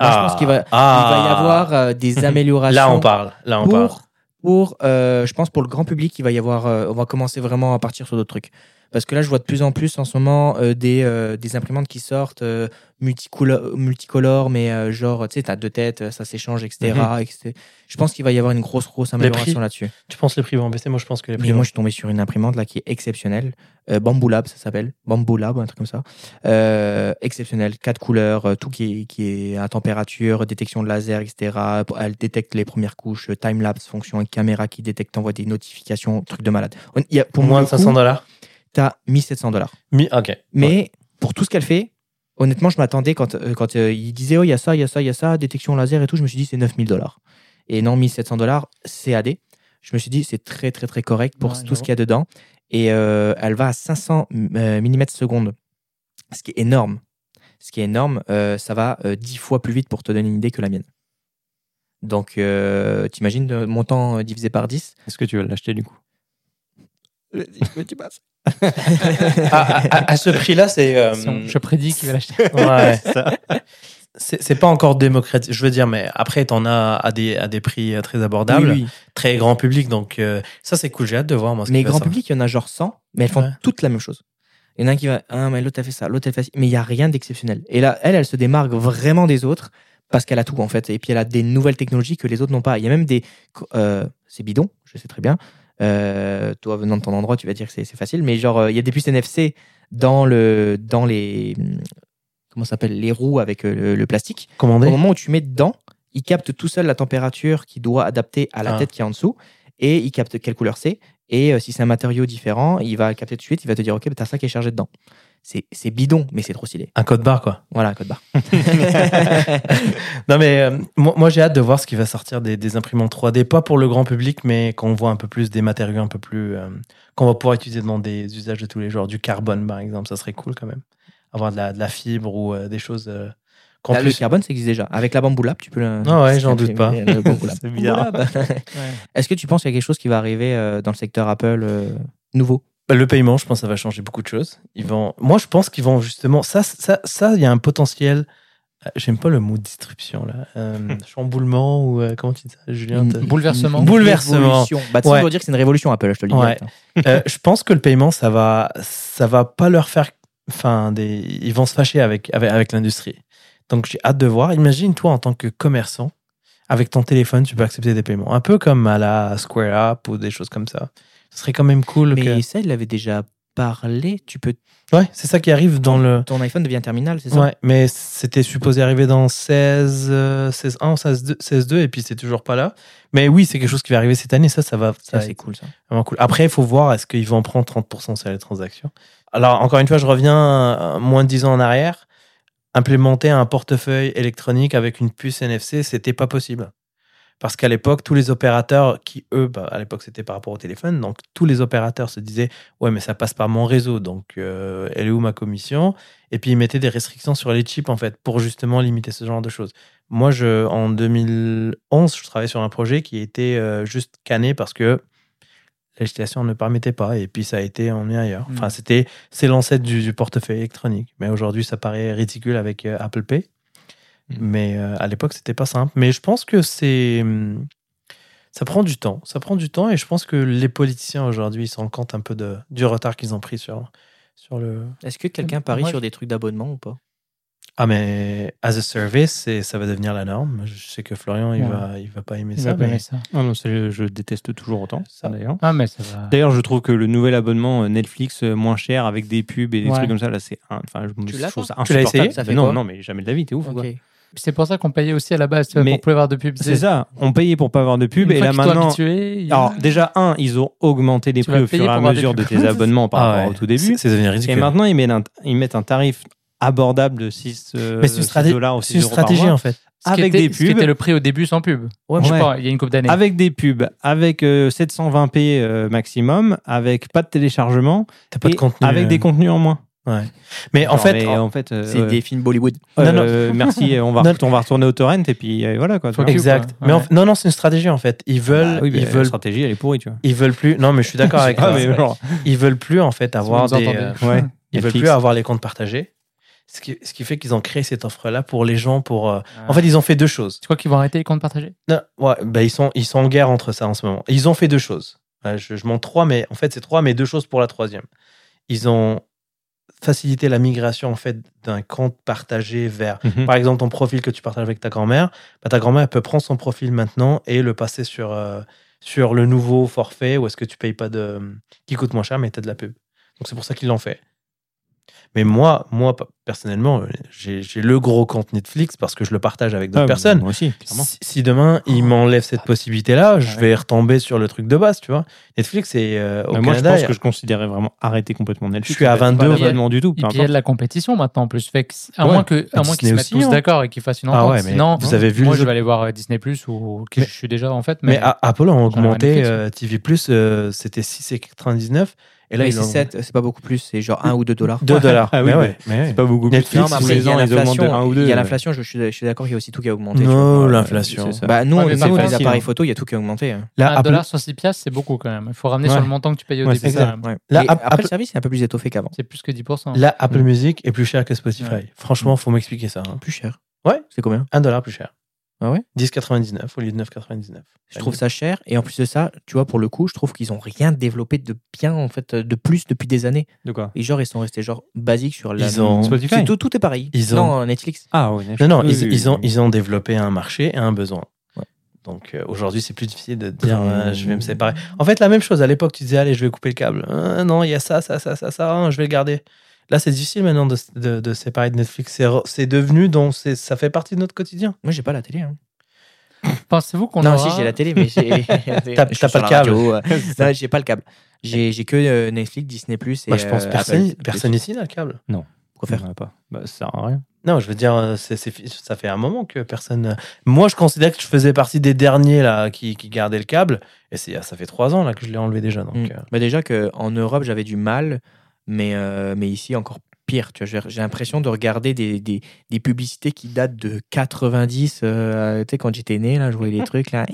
Speaker 3: Ah,
Speaker 2: je pense qu'il va,
Speaker 3: ah.
Speaker 2: il va y avoir euh, des améliorations.
Speaker 3: Là, on parle. Là, on parle.
Speaker 2: pour, pour euh, je pense pour le grand public, il va y avoir, euh, on va commencer vraiment à partir sur d'autres trucs. Parce que là, je vois de plus en plus en ce moment euh, des, euh, des imprimantes qui sortent euh, multicolo- multicolores, mais euh, genre, tu sais, t'as deux têtes, euh, ça s'échange, etc., etc. Je pense qu'il va y avoir une grosse, grosse amélioration
Speaker 3: Mhm. prix
Speaker 2: là-dessus.
Speaker 3: Tu penses les prix vont baisser Moi, je pense que les prix hein
Speaker 2: Mais
Speaker 3: vont-
Speaker 2: moi, je suis tombé sur une imprimante là qui est exceptionnelle. Euh, Bamboo Lab, ça s'appelle. Bamboo Lab, un truc comme ça. Euh, exceptionnelle. Quatre couleurs, euh, tout qui est, qui est à température, détection de laser, etc. Elle détecte les premières couches, euh, time-lapse, fonction avec caméra qui détecte, t'envoie des notifications, truc de malade. On- il y a- pour
Speaker 3: Pour moins
Speaker 2: moi,
Speaker 3: de 500 dollars
Speaker 2: t'as 1700 dollars.
Speaker 3: Mi... Ok.
Speaker 2: Mais
Speaker 3: Ouais.
Speaker 2: pour tout ce qu'elle fait, honnêtement, je m'attendais quand, euh, quand euh, il disait Oh, il y a ça, il y a ça, il y a ça, détection laser et tout, je me suis dit c'est 9000 dollars. Et non, 1700 dollars, CAD. Je me suis dit c'est très, très, très correct pour
Speaker 4: Ouais,
Speaker 2: tout
Speaker 4: j'avoue.
Speaker 2: ce qu'il y a dedans. Et euh, elle va à 500 mm seconde, ce qui est énorme. Ce qui est énorme, euh, ça va euh, 10 fois plus vite pour te donner une idée que la mienne. Donc, euh, t'imagines euh, mon temps euh, divisé par 10
Speaker 1: Est-ce que tu vas l'acheter du coup
Speaker 3: à, à- à ce prix-là, c'est. euh,
Speaker 4: Si on- Je prédis qu'il va l'acheter.
Speaker 3: ouais. C'est c'est pas encore démocratique, je veux dire, mais après, t'en as à des, à des prix euh, très abordables,
Speaker 2: Oui, oui.
Speaker 3: très grand public, donc euh, ça, c'est cool, j'ai hâte de voir. Moi, ce
Speaker 2: Mais
Speaker 3: qui va
Speaker 2: grand
Speaker 3: sortir.
Speaker 2: public, il y en a genre 100, mais elles font
Speaker 3: Ouais.
Speaker 2: toutes la même chose. Il y en a un qui va, ah, mais l'autre a fait ça, l'autre a fait ça. Mais il n'y a rien d'exceptionnel. Et là, elle, elle se démarque vraiment des autres parce qu'elle a tout, en fait. Et puis, elle a des nouvelles technologies que les autres n'ont pas. Il y a même des. euh, c'est bidon, je sais très bien. Euh, toi, venant de ton endroit, tu vas dire que c'est c'est facile. Mais genre, euh, il y a des puces NFC dans, le, dans les. hum, Comment ça s'appelle Les roues avec euh, le- le plastique. Au
Speaker 3: Commandé
Speaker 2: moment où tu mets dedans, il capte tout seul la température qu'il doit adapter à la
Speaker 3: Ah.
Speaker 2: tête qui est en dessous et il capte quelle couleur c'est. Et euh, si c'est un matériau différent, il va le capter tout de suite. Il va te dire Ok, bah, t'as ça qui est chargé dedans. C'est c'est bidon, mais c'est trop stylé.
Speaker 3: Un code barre, quoi.
Speaker 2: Voilà un code barre.
Speaker 3: Non, mais euh, moi, moi, j'ai hâte de voir ce qui va sortir des, des imprimantes 3D, pas pour le grand public, mais qu'on voit un peu plus des matériaux un peu plus. euh, qu'on va pouvoir utiliser dans des usages de tous les jours, du carbone, par exemple, ça serait cool quand même. Avoir de la, de la fibre ou euh, des choses. euh, qu'on
Speaker 2: Là, le
Speaker 3: puisse-
Speaker 2: carbone, ça existe déjà. Avec la bamboula, tu peux le.
Speaker 3: Ah ouais, j'en doute pas.
Speaker 2: le bamboula.
Speaker 1: C'est bizarre.
Speaker 4: Ouais.
Speaker 2: Est-ce que tu penses qu'il y a quelque chose qui va arriver euh, dans le secteur Apple euh, nouveau
Speaker 3: Bah, Le paiement, je pense que ça va changer beaucoup de choses. Ils vont... Moi, je pense qu'ils vont justement. Ça, ça, ça, il y a un potentiel. Euh, J'aime pas le mot disruption, là. Euh, chamboulement ou. euh, comment tu dis ça, Julien t'as-
Speaker 4: Bouleversement.
Speaker 3: Bouleversement.
Speaker 2: Révolution. Bah, tu sais,
Speaker 3: Ouais.
Speaker 2: on doit dire que c'est une révolution Apple, je te le dis.
Speaker 3: Ouais.
Speaker 2: direct, hein.
Speaker 3: Euh, je pense que le paiement, ça va, ça va pas leur faire. Enfin, des, ils vont se fâcher avec, avec, avec l'industrie. Donc, j'ai hâte de voir. Imagine, toi, en tant que commerçant, avec ton téléphone, tu peux accepter des paiements. Un peu comme à la Square App ou des choses comme ça. Ce serait quand même cool.
Speaker 2: Mais
Speaker 3: que-
Speaker 2: ça, il l'avait déjà parlé. Tu peux.
Speaker 3: Ouais, c'est ça qui arrive dans le.
Speaker 2: Ton iPhone devient terminal, c'est ça
Speaker 3: Ouais, mais c'était supposé arriver dans 16, euh, 16.1 ou 16.2, 16.2, et puis c'est toujours pas là. Mais oui, c'est quelque chose qui va arriver cette année. Ça, ça va, ça
Speaker 2: Ça,
Speaker 3: va
Speaker 2: c'est
Speaker 3: être
Speaker 2: cool ça.
Speaker 3: vraiment cool. Après, il faut voir est-ce qu'ils vont prendre 30% sur les transactions. Alors, encore une fois, je reviens euh, moins de 10 ans en arrière. Implémenter un portefeuille électronique avec une puce NFC, c'était pas possible. Parce qu'à l'époque, tous les opérateurs qui, eux, bah, à l'époque, c'était par rapport au téléphone, donc tous les opérateurs se disaient Ouais, mais ça passe par mon réseau, donc euh, elle est où ma commission Et puis ils mettaient des restrictions sur les chips, en fait, pour justement limiter ce genre de choses. Moi, je, en 2011, je travaillais sur un projet qui était euh, juste canné parce que la législation ne permettait pas, et puis ça a été emmené ailleurs.
Speaker 4: Mm.
Speaker 3: Enfin, c'était, c'est l'ancêtre du, du portefeuille électronique. Mais aujourd'hui, ça paraît ridicule avec euh, Apple Pay.
Speaker 1: Mm.
Speaker 3: Mais euh, à l'époque, c'était pas simple. Mais je pense que c'est. hum, ça prend du temps, ça prend du temps et je pense que les politiciens aujourd'hui ils s'en compte un peu de, du retard qu'ils ont pris sur, sur le.
Speaker 2: Est-ce que quelqu'un
Speaker 4: Moi,
Speaker 2: parie
Speaker 4: je-
Speaker 2: sur des trucs d'abonnement ou pas
Speaker 3: Ah mais as a service, c'est- ça va devenir la norme. Je sais que Florian il
Speaker 4: Ouais.
Speaker 3: va il va pas aimer
Speaker 4: Il
Speaker 3: ça.
Speaker 4: va pas
Speaker 3: mais-
Speaker 4: aimer ça.
Speaker 1: Non, non, c'est- je déteste toujours autant,
Speaker 3: Ça.
Speaker 1: d'ailleurs.
Speaker 4: Ah, mais ça va.
Speaker 1: D'ailleurs, je trouve que le nouvel abonnement euh, Netflix euh, moins cher avec des pubs et des
Speaker 4: Ouais.
Speaker 1: trucs comme ça, là, c'est. un- Enfin, je,
Speaker 2: Tu
Speaker 1: je
Speaker 2: l'as,
Speaker 1: trouve ça
Speaker 3: Tu l'as essayé
Speaker 1: insupportable.
Speaker 2: Ça fait
Speaker 1: Non,
Speaker 2: quoi
Speaker 1: non, mais jamais de la vie, t'es ouf. ou quoi
Speaker 4: C'est pour ça qu'on payait aussi à la base, tu vois,
Speaker 1: Mais-
Speaker 4: pour plus avoir de pub.
Speaker 1: C'est ça. On payait pour pas avoir de pub
Speaker 4: Une
Speaker 1: et
Speaker 4: fois
Speaker 1: là
Speaker 4: qu'ils t'ont
Speaker 1: maintenant.
Speaker 4: habitué, il-
Speaker 1: Alors déjà un, ils ont augmenté les
Speaker 4: Tu
Speaker 1: prix
Speaker 4: vas
Speaker 1: au fur
Speaker 4: payer
Speaker 1: et à
Speaker 4: pour avoir des
Speaker 1: mesure de
Speaker 4: pubs.
Speaker 1: tes abonnements par
Speaker 3: Ah
Speaker 1: rapport
Speaker 3: ouais.
Speaker 1: au tout
Speaker 3: C'est
Speaker 1: début.
Speaker 3: c'est devenu
Speaker 1: Et
Speaker 3: ridicule.
Speaker 1: maintenant ils mettent un, ils mettent un tarif abordable de 6, euh,
Speaker 3: mais c'est une,
Speaker 1: 6
Speaker 3: straté-
Speaker 1: dollars ou
Speaker 3: c'est
Speaker 1: 6
Speaker 3: une
Speaker 1: euros par
Speaker 3: stratégie
Speaker 1: mois.
Speaker 3: en fait.
Speaker 4: ce qui
Speaker 1: avec
Speaker 4: était-
Speaker 1: des
Speaker 4: ce qui
Speaker 1: pubs.
Speaker 4: était le prix au début sans pub.
Speaker 1: Ouais,
Speaker 4: Je sais
Speaker 1: ouais.
Speaker 4: pas, il y a une coupe d'années.
Speaker 1: Avec des pubs, avec euh, 720p euh, maximum, avec pas de téléchargement,
Speaker 3: T'as pas
Speaker 1: et
Speaker 3: de contenu.
Speaker 1: avec des
Speaker 3: euh,
Speaker 1: contenus en moins.
Speaker 3: Ouais. Mais en
Speaker 1: Genre,
Speaker 3: fait,
Speaker 1: mais
Speaker 3: en-
Speaker 1: en fait, euh,
Speaker 2: C'est
Speaker 1: ouais.
Speaker 2: des films Bollywood.
Speaker 1: Euh,
Speaker 3: Non,
Speaker 1: merci, on va,
Speaker 3: Non.
Speaker 1: on va retourner au torrent et puis euh, voilà quoi. tu
Speaker 4: Faut
Speaker 1: vois.
Speaker 4: que-
Speaker 3: exact.
Speaker 4: quoi.
Speaker 3: Mais en
Speaker 4: Ouais.
Speaker 3: fait- non, non, c'est une stratégie en fait. Ils veulent,
Speaker 1: Bah oui, mais
Speaker 3: ils
Speaker 1: la
Speaker 3: veulent,
Speaker 1: stratégie, elle est pourrie, tu vois.
Speaker 3: ils veulent plus. Non, mais je suis d'accord avec
Speaker 1: Ah,
Speaker 3: toi.
Speaker 1: mais genre,
Speaker 3: Ils veulent plus en fait avoir
Speaker 4: vous nous
Speaker 3: des,
Speaker 4: entendez.
Speaker 3: euh,
Speaker 1: ouais.
Speaker 3: ils veulent
Speaker 1: Netflix.
Speaker 3: plus avoir les comptes partagés. Ce qui, ce qui fait qu'ils ont créé cette offre là pour les gens. Pour euh, en fait, ils ont fait deux choses.
Speaker 4: tu crois qu'ils vont arrêter les comptes partagés
Speaker 3: Non, ouais, bah, ils, sont, ils sont en guerre entre ça en ce moment. Ils ont fait deux choses. Ouais, je je montre trois, mais en fait, c'est trois, mais deux choses pour la troisième. Ils ont facilité la migration en fait d'un compte partagé vers,
Speaker 1: Mhm.
Speaker 3: par exemple, ton profil que tu partages avec ta grand-mère. bah, ta grand-mère elle peut prendre son profil maintenant et le passer sur, euh, sur le nouveau forfait où est-ce que tu payes pas de. qui coûte moins cher, mais tu as de la pub. Donc, c'est pour ça qu'ils l'ont fait. Mais moi, moi personnellement, euh, j'ai j'ai le gros compte Netflix parce que je le partage avec d'autres
Speaker 1: Ah,
Speaker 3: personnes.
Speaker 1: Moi aussi, clairement. Oh, ah,
Speaker 3: Si, si demain il m'enlève cette possibilité-là, je vais retomber sur le truc de base, tu vois. Netflix est euh, au
Speaker 1: Bah, moi, je
Speaker 3: Canada.
Speaker 1: pense
Speaker 3: il-
Speaker 1: que je considérais vraiment arrêter complètement Netflix.
Speaker 3: Je suis à
Speaker 1: Pas
Speaker 3: 22,
Speaker 1: d'abonnement du tout. peu
Speaker 4: Et puis il y a de
Speaker 1: importe.
Speaker 4: la compétition maintenant en plus. Fait que, à
Speaker 3: Ouais.
Speaker 4: moins que- à
Speaker 3: Et
Speaker 4: moins qu'ils
Speaker 3: Disney
Speaker 4: se mettent
Speaker 3: aussi,
Speaker 4: tous
Speaker 3: hein.
Speaker 4: d'accord et qu'ils fassent une
Speaker 3: Ah
Speaker 4: entente.
Speaker 3: ouais, mais
Speaker 4: Sinon,
Speaker 3: vous avez vu
Speaker 4: moi
Speaker 3: les
Speaker 4: je
Speaker 3: autres-
Speaker 4: vais aller voir euh, Disney Plus ou qui
Speaker 3: Mais-
Speaker 4: je suis déjà en fait.
Speaker 3: Mais,
Speaker 4: Mais,
Speaker 3: à- Apple a augmenté
Speaker 4: Netflix,
Speaker 3: euh, TV Plus, euh, c'était 6,99 et là
Speaker 2: mais
Speaker 3: ils
Speaker 2: c'est
Speaker 3: l'ont
Speaker 2: 7, c'est pas beaucoup plus, c'est genre 1 ou 2 dollars.
Speaker 3: 2 dollars.
Speaker 1: Ah oui,
Speaker 3: mais
Speaker 1: mais-
Speaker 3: ouais, mais ouais.
Speaker 1: C'est pas beaucoup plus.
Speaker 3: Netflix,
Speaker 2: Non, mais
Speaker 1: tous
Speaker 2: après,
Speaker 1: les
Speaker 2: il y a
Speaker 1: ans, ils augmentent de
Speaker 2: l'inflation.
Speaker 1: un ou deux. euh.
Speaker 2: Il y a l'inflation, je suis, je suis d'accord qu'il y a aussi tout qui a augmenté.
Speaker 3: Non,
Speaker 2: sur-
Speaker 3: l'inflation.
Speaker 1: c'est ça.
Speaker 2: Bah, nous,
Speaker 4: Ouais,
Speaker 2: on
Speaker 4: mais
Speaker 2: est
Speaker 4: pas
Speaker 2: sur les
Speaker 4: facile,
Speaker 2: appareils
Speaker 1: hein.
Speaker 2: photo, il y a tout qui a augmenté. hein.
Speaker 3: Là,
Speaker 4: 1
Speaker 3: Apple,
Speaker 4: dollar sur 6 piastres, c'est beaucoup quand même. Il faut ramener
Speaker 1: Ouais.
Speaker 4: sur le montant que tu payes au
Speaker 1: Ouais,
Speaker 4: début.
Speaker 1: c'est
Speaker 4: quand
Speaker 1: ça.
Speaker 4: même.
Speaker 2: Ouais.
Speaker 3: Là,
Speaker 2: Et
Speaker 3: ap-
Speaker 2: après,
Speaker 3: ap-
Speaker 2: le service est un peu plus étoffé qu'avant.
Speaker 4: C'est plus que 10%.
Speaker 3: là, Apple Music est plus cher que Spotify. Franchement, faut m'expliquer ça. hein.
Speaker 2: Plus cher.
Speaker 3: Ouais.
Speaker 2: C'est combien
Speaker 3: 1 dollar plus cher.
Speaker 2: Ah ouais
Speaker 3: 10,99 au lieu de 9,99.
Speaker 2: Je trouve ça cher. Et en plus de ça, tu vois, pour le coup, je trouve qu'ils ont rien développé de bien, en fait, de plus depuis des années.
Speaker 1: De quoi
Speaker 2: Et genre, ils sont restés genre basiques sur la.
Speaker 3: Ils ont.
Speaker 1: Spotify
Speaker 2: C'est tout, tout est pareil.
Speaker 3: Ils
Speaker 2: non,
Speaker 3: ont-
Speaker 2: euh, Netflix.
Speaker 1: Ah oui, Netflix.
Speaker 3: Non, non,
Speaker 1: Oui,
Speaker 3: ils,
Speaker 1: oui,
Speaker 3: ils
Speaker 1: oui.
Speaker 3: ont, ils ont développé un marché et un besoin.
Speaker 2: Ouais.
Speaker 3: Donc euh, aujourd'hui, c'est plus difficile de te dire euh, je vais me séparer. En fait, la même chose. À l'époque, tu disais allez, je vais couper le câble. Ah, non, il y a ça, ça, ça, ça, ça. ah, je vais le garder. Là, c'est difficile maintenant de, de, de séparer de Netflix. C'est re- C'est devenu, donc c'est- ça fait partie de notre quotidien.
Speaker 2: Moi, j'ai pas la télé. hein.
Speaker 4: Pensez-vous qu'on
Speaker 2: Non,
Speaker 4: aura...
Speaker 2: si, j'ai la télé, mais j'ai.
Speaker 3: T'as-
Speaker 2: Je suis
Speaker 3: t'as
Speaker 2: sur
Speaker 3: pas
Speaker 2: la
Speaker 3: le câble.
Speaker 2: radio, euh. Non, j'ai pas le câble. J'ai j'ai que euh, Netflix, Disney, et.
Speaker 3: Moi, je pense
Speaker 2: euh,
Speaker 3: personne,
Speaker 2: Apple.
Speaker 3: personne ici n'a le câble.
Speaker 2: Quoi faire
Speaker 1: On en a pas. Bah, ça sert à rien.
Speaker 3: Non, je veux dire, euh, c'est c'est fi- ça fait un moment que personne. euh, Moi, je considère que je faisais partie des derniers là qui, qui gardaient le câble. Et c'est- ah, ça fait trois ans là que je l'ai enlevé déjà. Donc,
Speaker 2: Mm.
Speaker 3: euh,
Speaker 2: Bah déjà qu'en Europe, j'avais du mal, mais, euh, mais ici, encore pire. Tu vois, j'ai- j'ai l'impression de regarder des, des, des publicités qui datent de 90. euh, tu sais, quand j'étais né, là, je voyais des trucs, là. à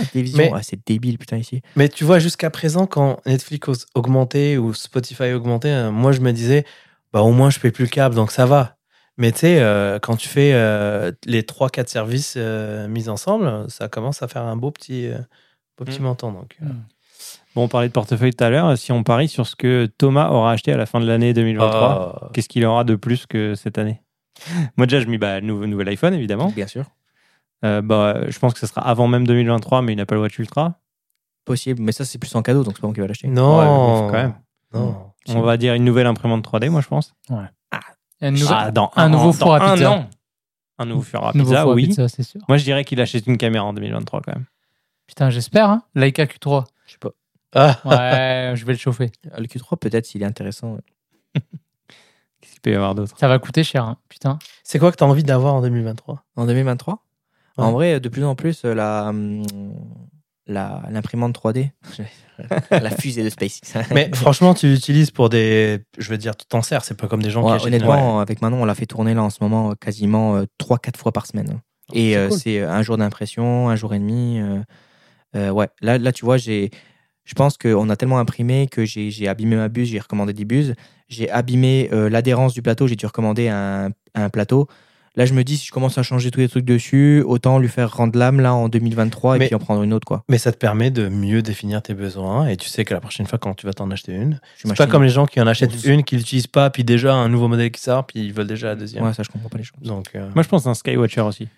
Speaker 2: la télévision.
Speaker 3: Mais-
Speaker 2: Ah, c'est débile, putain, ici.
Speaker 3: Mais tu vois, jusqu'à présent, quand Netflix os- augmentait ou Spotify augmentait, euh, moi, je me disais, bah, au moins, je paye plus le câble, donc ça va. Mais tu sais, euh, quand tu fais euh, les 3-4 services euh, mis ensemble, ça commence à faire un beau petit, euh, beau petit
Speaker 1: Mm.
Speaker 3: montant. Donc, euh.
Speaker 1: Bon, on parlait de portefeuille tout à l'heure. Si on parie sur ce que Thomas aura acheté à la fin de l'année 2023,
Speaker 3: Oh.
Speaker 1: qu'est-ce qu'il aura de plus que cette année Moi, déjà, je mis bah, nouveau, nouvel iPhone, évidemment.
Speaker 2: Bien sûr.
Speaker 1: Euh, bah, je pense que ce sera avant même 2023, mais une Apple Watch Ultra.
Speaker 2: Possible, mais ça, c'est plus en cadeau, donc c'est pas moi qui va l'acheter.
Speaker 1: Ouais,
Speaker 3: Euh, Non,
Speaker 1: mais quand même. Mm.
Speaker 3: non.
Speaker 1: On va dire une nouvelle imprimante 3D, moi, je pense.
Speaker 4: Il y a une nouvelle-
Speaker 1: Ah, dans
Speaker 4: un nouveau
Speaker 1: an-
Speaker 4: four à
Speaker 1: dans un
Speaker 4: pizza.
Speaker 1: an. Un nouveau four à
Speaker 4: Nouveau
Speaker 1: pizza,
Speaker 4: four à
Speaker 1: oui.
Speaker 4: pizza, c'est sûr.
Speaker 1: Moi, je dirais qu'il achète une caméra en 2023 quand même.
Speaker 4: Putain, j'espère. Hein. Leica Q3.
Speaker 2: Je sais pas.
Speaker 3: Ah,
Speaker 4: Ouais, je vais le chauffer.
Speaker 2: Le Q3, peut-être, s'il est intéressant.
Speaker 1: Qu'est-ce qu'il peut y avoir d'autre
Speaker 4: Ça va coûter cher, hein. putain.
Speaker 3: C'est quoi que tu as envie d'avoir en 2023
Speaker 2: En 2023
Speaker 3: Ouais.
Speaker 2: En vrai, de plus en plus, euh, la. hum, la- L'imprimante 3D, la fusée de SpaceX.
Speaker 3: Mais franchement, tu l'utilises pour des. Je veux dire, tu t'en sers, c'est pas comme des gens
Speaker 2: Ouais,
Speaker 3: qui achètent.
Speaker 2: honnêtement, avec Manon, on l'a fait tourner là en ce moment euh, quasiment 3-4 fois par semaine. Et euh,
Speaker 3: Ah, cool.
Speaker 2: c'est euh, un jour d'impression, un jour et demi. euh, euh, ouais, là, là, tu vois, j'ai. Je pense qu'on a tellement imprimé que j'ai j'ai abîmé ma buse, j'ai recommandé des buses. J'ai abîmé euh, l'adhérence du plateau, j'ai dû recommander un, un plateau. Là, je me dis, si je commence à changer tous les trucs dessus, autant lui faire rendre l'âme là en 2023 et
Speaker 3: Mais-
Speaker 2: puis en prendre une autre, quoi.
Speaker 3: Mais ça te permet de mieux définir tes besoins et tu sais que la prochaine fois, quand tu vas t'en acheter une,
Speaker 2: Je suis
Speaker 3: c'est pas
Speaker 2: machine.
Speaker 3: comme les gens qui en achètent
Speaker 2: Ouf.
Speaker 3: une, qui l'utilisent pas, puis déjà un nouveau modèle qui sort, puis ils veulent déjà la deuxième.
Speaker 2: Ouais, ça, je comprends pas les choses.
Speaker 3: Donc, euh,
Speaker 1: Moi, je pense un Skywatcher aussi.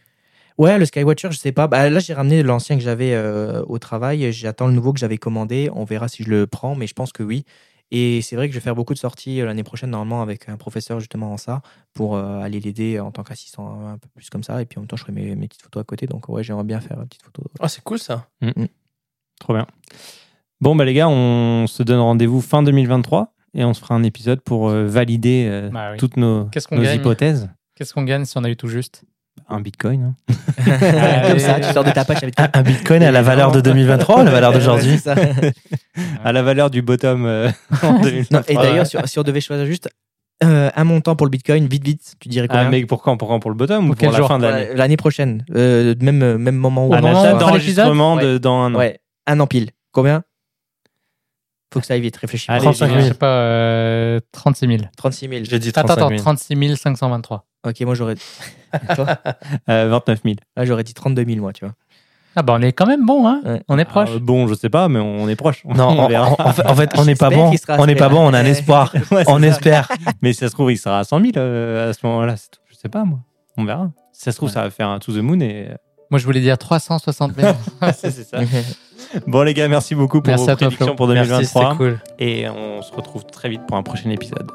Speaker 2: Ouais, le Skywatcher, je sais pas. Bah, là, j'ai ramené l'ancien que j'avais euh, au travail. J'attends le nouveau que j'avais commandé. On verra si je le prends, mais je pense que oui. Et c'est vrai que je vais faire beaucoup de sorties euh, l'année prochaine, normalement, avec un professeur justement en ça, pour euh, aller l'aider en tant qu'assistant euh, un peu plus comme ça. Et puis en même temps, je ferai mes, mes petites photos à côté. Donc, ouais, j'aimerais bien faire une petite photo.
Speaker 3: ah, c'est cool ça.
Speaker 1: Trop bien. Bon, bah les gars, on se donne rendez-vous fin 2023 et on se fera un épisode pour euh, valider euh,
Speaker 4: Bah oui.
Speaker 1: toutes nos,
Speaker 4: Qu'est-ce qu'on
Speaker 1: nos
Speaker 4: gagne
Speaker 1: hypothèses.
Speaker 4: Qu'est-ce qu'on gagne si on a eu tout juste
Speaker 1: Un bitcoin. hein.
Speaker 2: euh, comme ça, tu sors de ta poche avec
Speaker 3: Un, un bitcoin à la valeur de 2023 ou la valeur
Speaker 2: Ouais,
Speaker 3: d'aujourd'hui
Speaker 2: c'est ça.
Speaker 1: À la valeur du bottom euh, en
Speaker 2: Non,
Speaker 1: 2023.
Speaker 2: et d'ailleurs, si, si on devait choisir juste euh, un montant pour le Bitcoin, vite, vite, tu dirais
Speaker 1: Ah,
Speaker 2: combien
Speaker 1: mais pour quand Pour quand Pour le bottom
Speaker 4: Pour
Speaker 1: ou pour
Speaker 4: quel
Speaker 1: la
Speaker 4: genre
Speaker 1: fin
Speaker 2: Pour
Speaker 1: de l'année Ah,
Speaker 2: la- L'année prochaine, euh, même, euh, même moment où
Speaker 4: Au
Speaker 1: À
Speaker 2: on
Speaker 1: la
Speaker 4: moment où
Speaker 2: enregistre.
Speaker 1: date
Speaker 4: on fera l'épisode
Speaker 1: d'enregistrement de-
Speaker 4: Ouais.
Speaker 1: dans un an.
Speaker 2: Ouais, un an pile. Combien Faut que ça aille vite, réfléchis. pas.
Speaker 1: Allez,
Speaker 4: 35 000.
Speaker 1: 000.
Speaker 4: Je sais pas, euh, 36 000.
Speaker 2: 36 000.
Speaker 3: J'ai dit 35
Speaker 4: Attends,
Speaker 3: 000.
Speaker 4: attends, 36 523.
Speaker 2: Ok, moi j'aurais Toi
Speaker 1: Euh, 29 000.
Speaker 2: Ah, j'aurais dit 32 000, moi, tu vois.
Speaker 4: Ah bah on est quand même bon, hein
Speaker 2: Ouais.
Speaker 4: On est proche.
Speaker 1: Ah, bon, je sais pas, mais on est proche.
Speaker 3: Non,
Speaker 1: on
Speaker 3: en,
Speaker 1: verra.
Speaker 3: en- en fait, en fait, on n'est pas
Speaker 2: J'espère
Speaker 3: bon.
Speaker 2: qu'il sera
Speaker 3: On n'est pas
Speaker 2: aspect.
Speaker 3: bon, on a un espoir.
Speaker 1: Ouais, c'est
Speaker 3: on
Speaker 1: ça.
Speaker 3: espère.
Speaker 1: Mais si ça se trouve, il sera à 100 000 euh, à ce moment-là. c'est tout. Je sais pas, moi. On verra. Si ça se trouve,
Speaker 2: Ouais.
Speaker 1: ça va faire un to the moon. Et... euh,
Speaker 4: Moi je voulais dire 360 000.
Speaker 1: c'est ça.
Speaker 2: Mhm.
Speaker 1: Bon, les gars, merci beaucoup pour
Speaker 4: Merci
Speaker 1: vos
Speaker 4: à toi,
Speaker 1: prédictions
Speaker 4: Flo.
Speaker 1: pour
Speaker 3: Merci, c'était
Speaker 1: 2023.
Speaker 4: cool.
Speaker 1: et on se retrouve très vite pour un prochain épisode.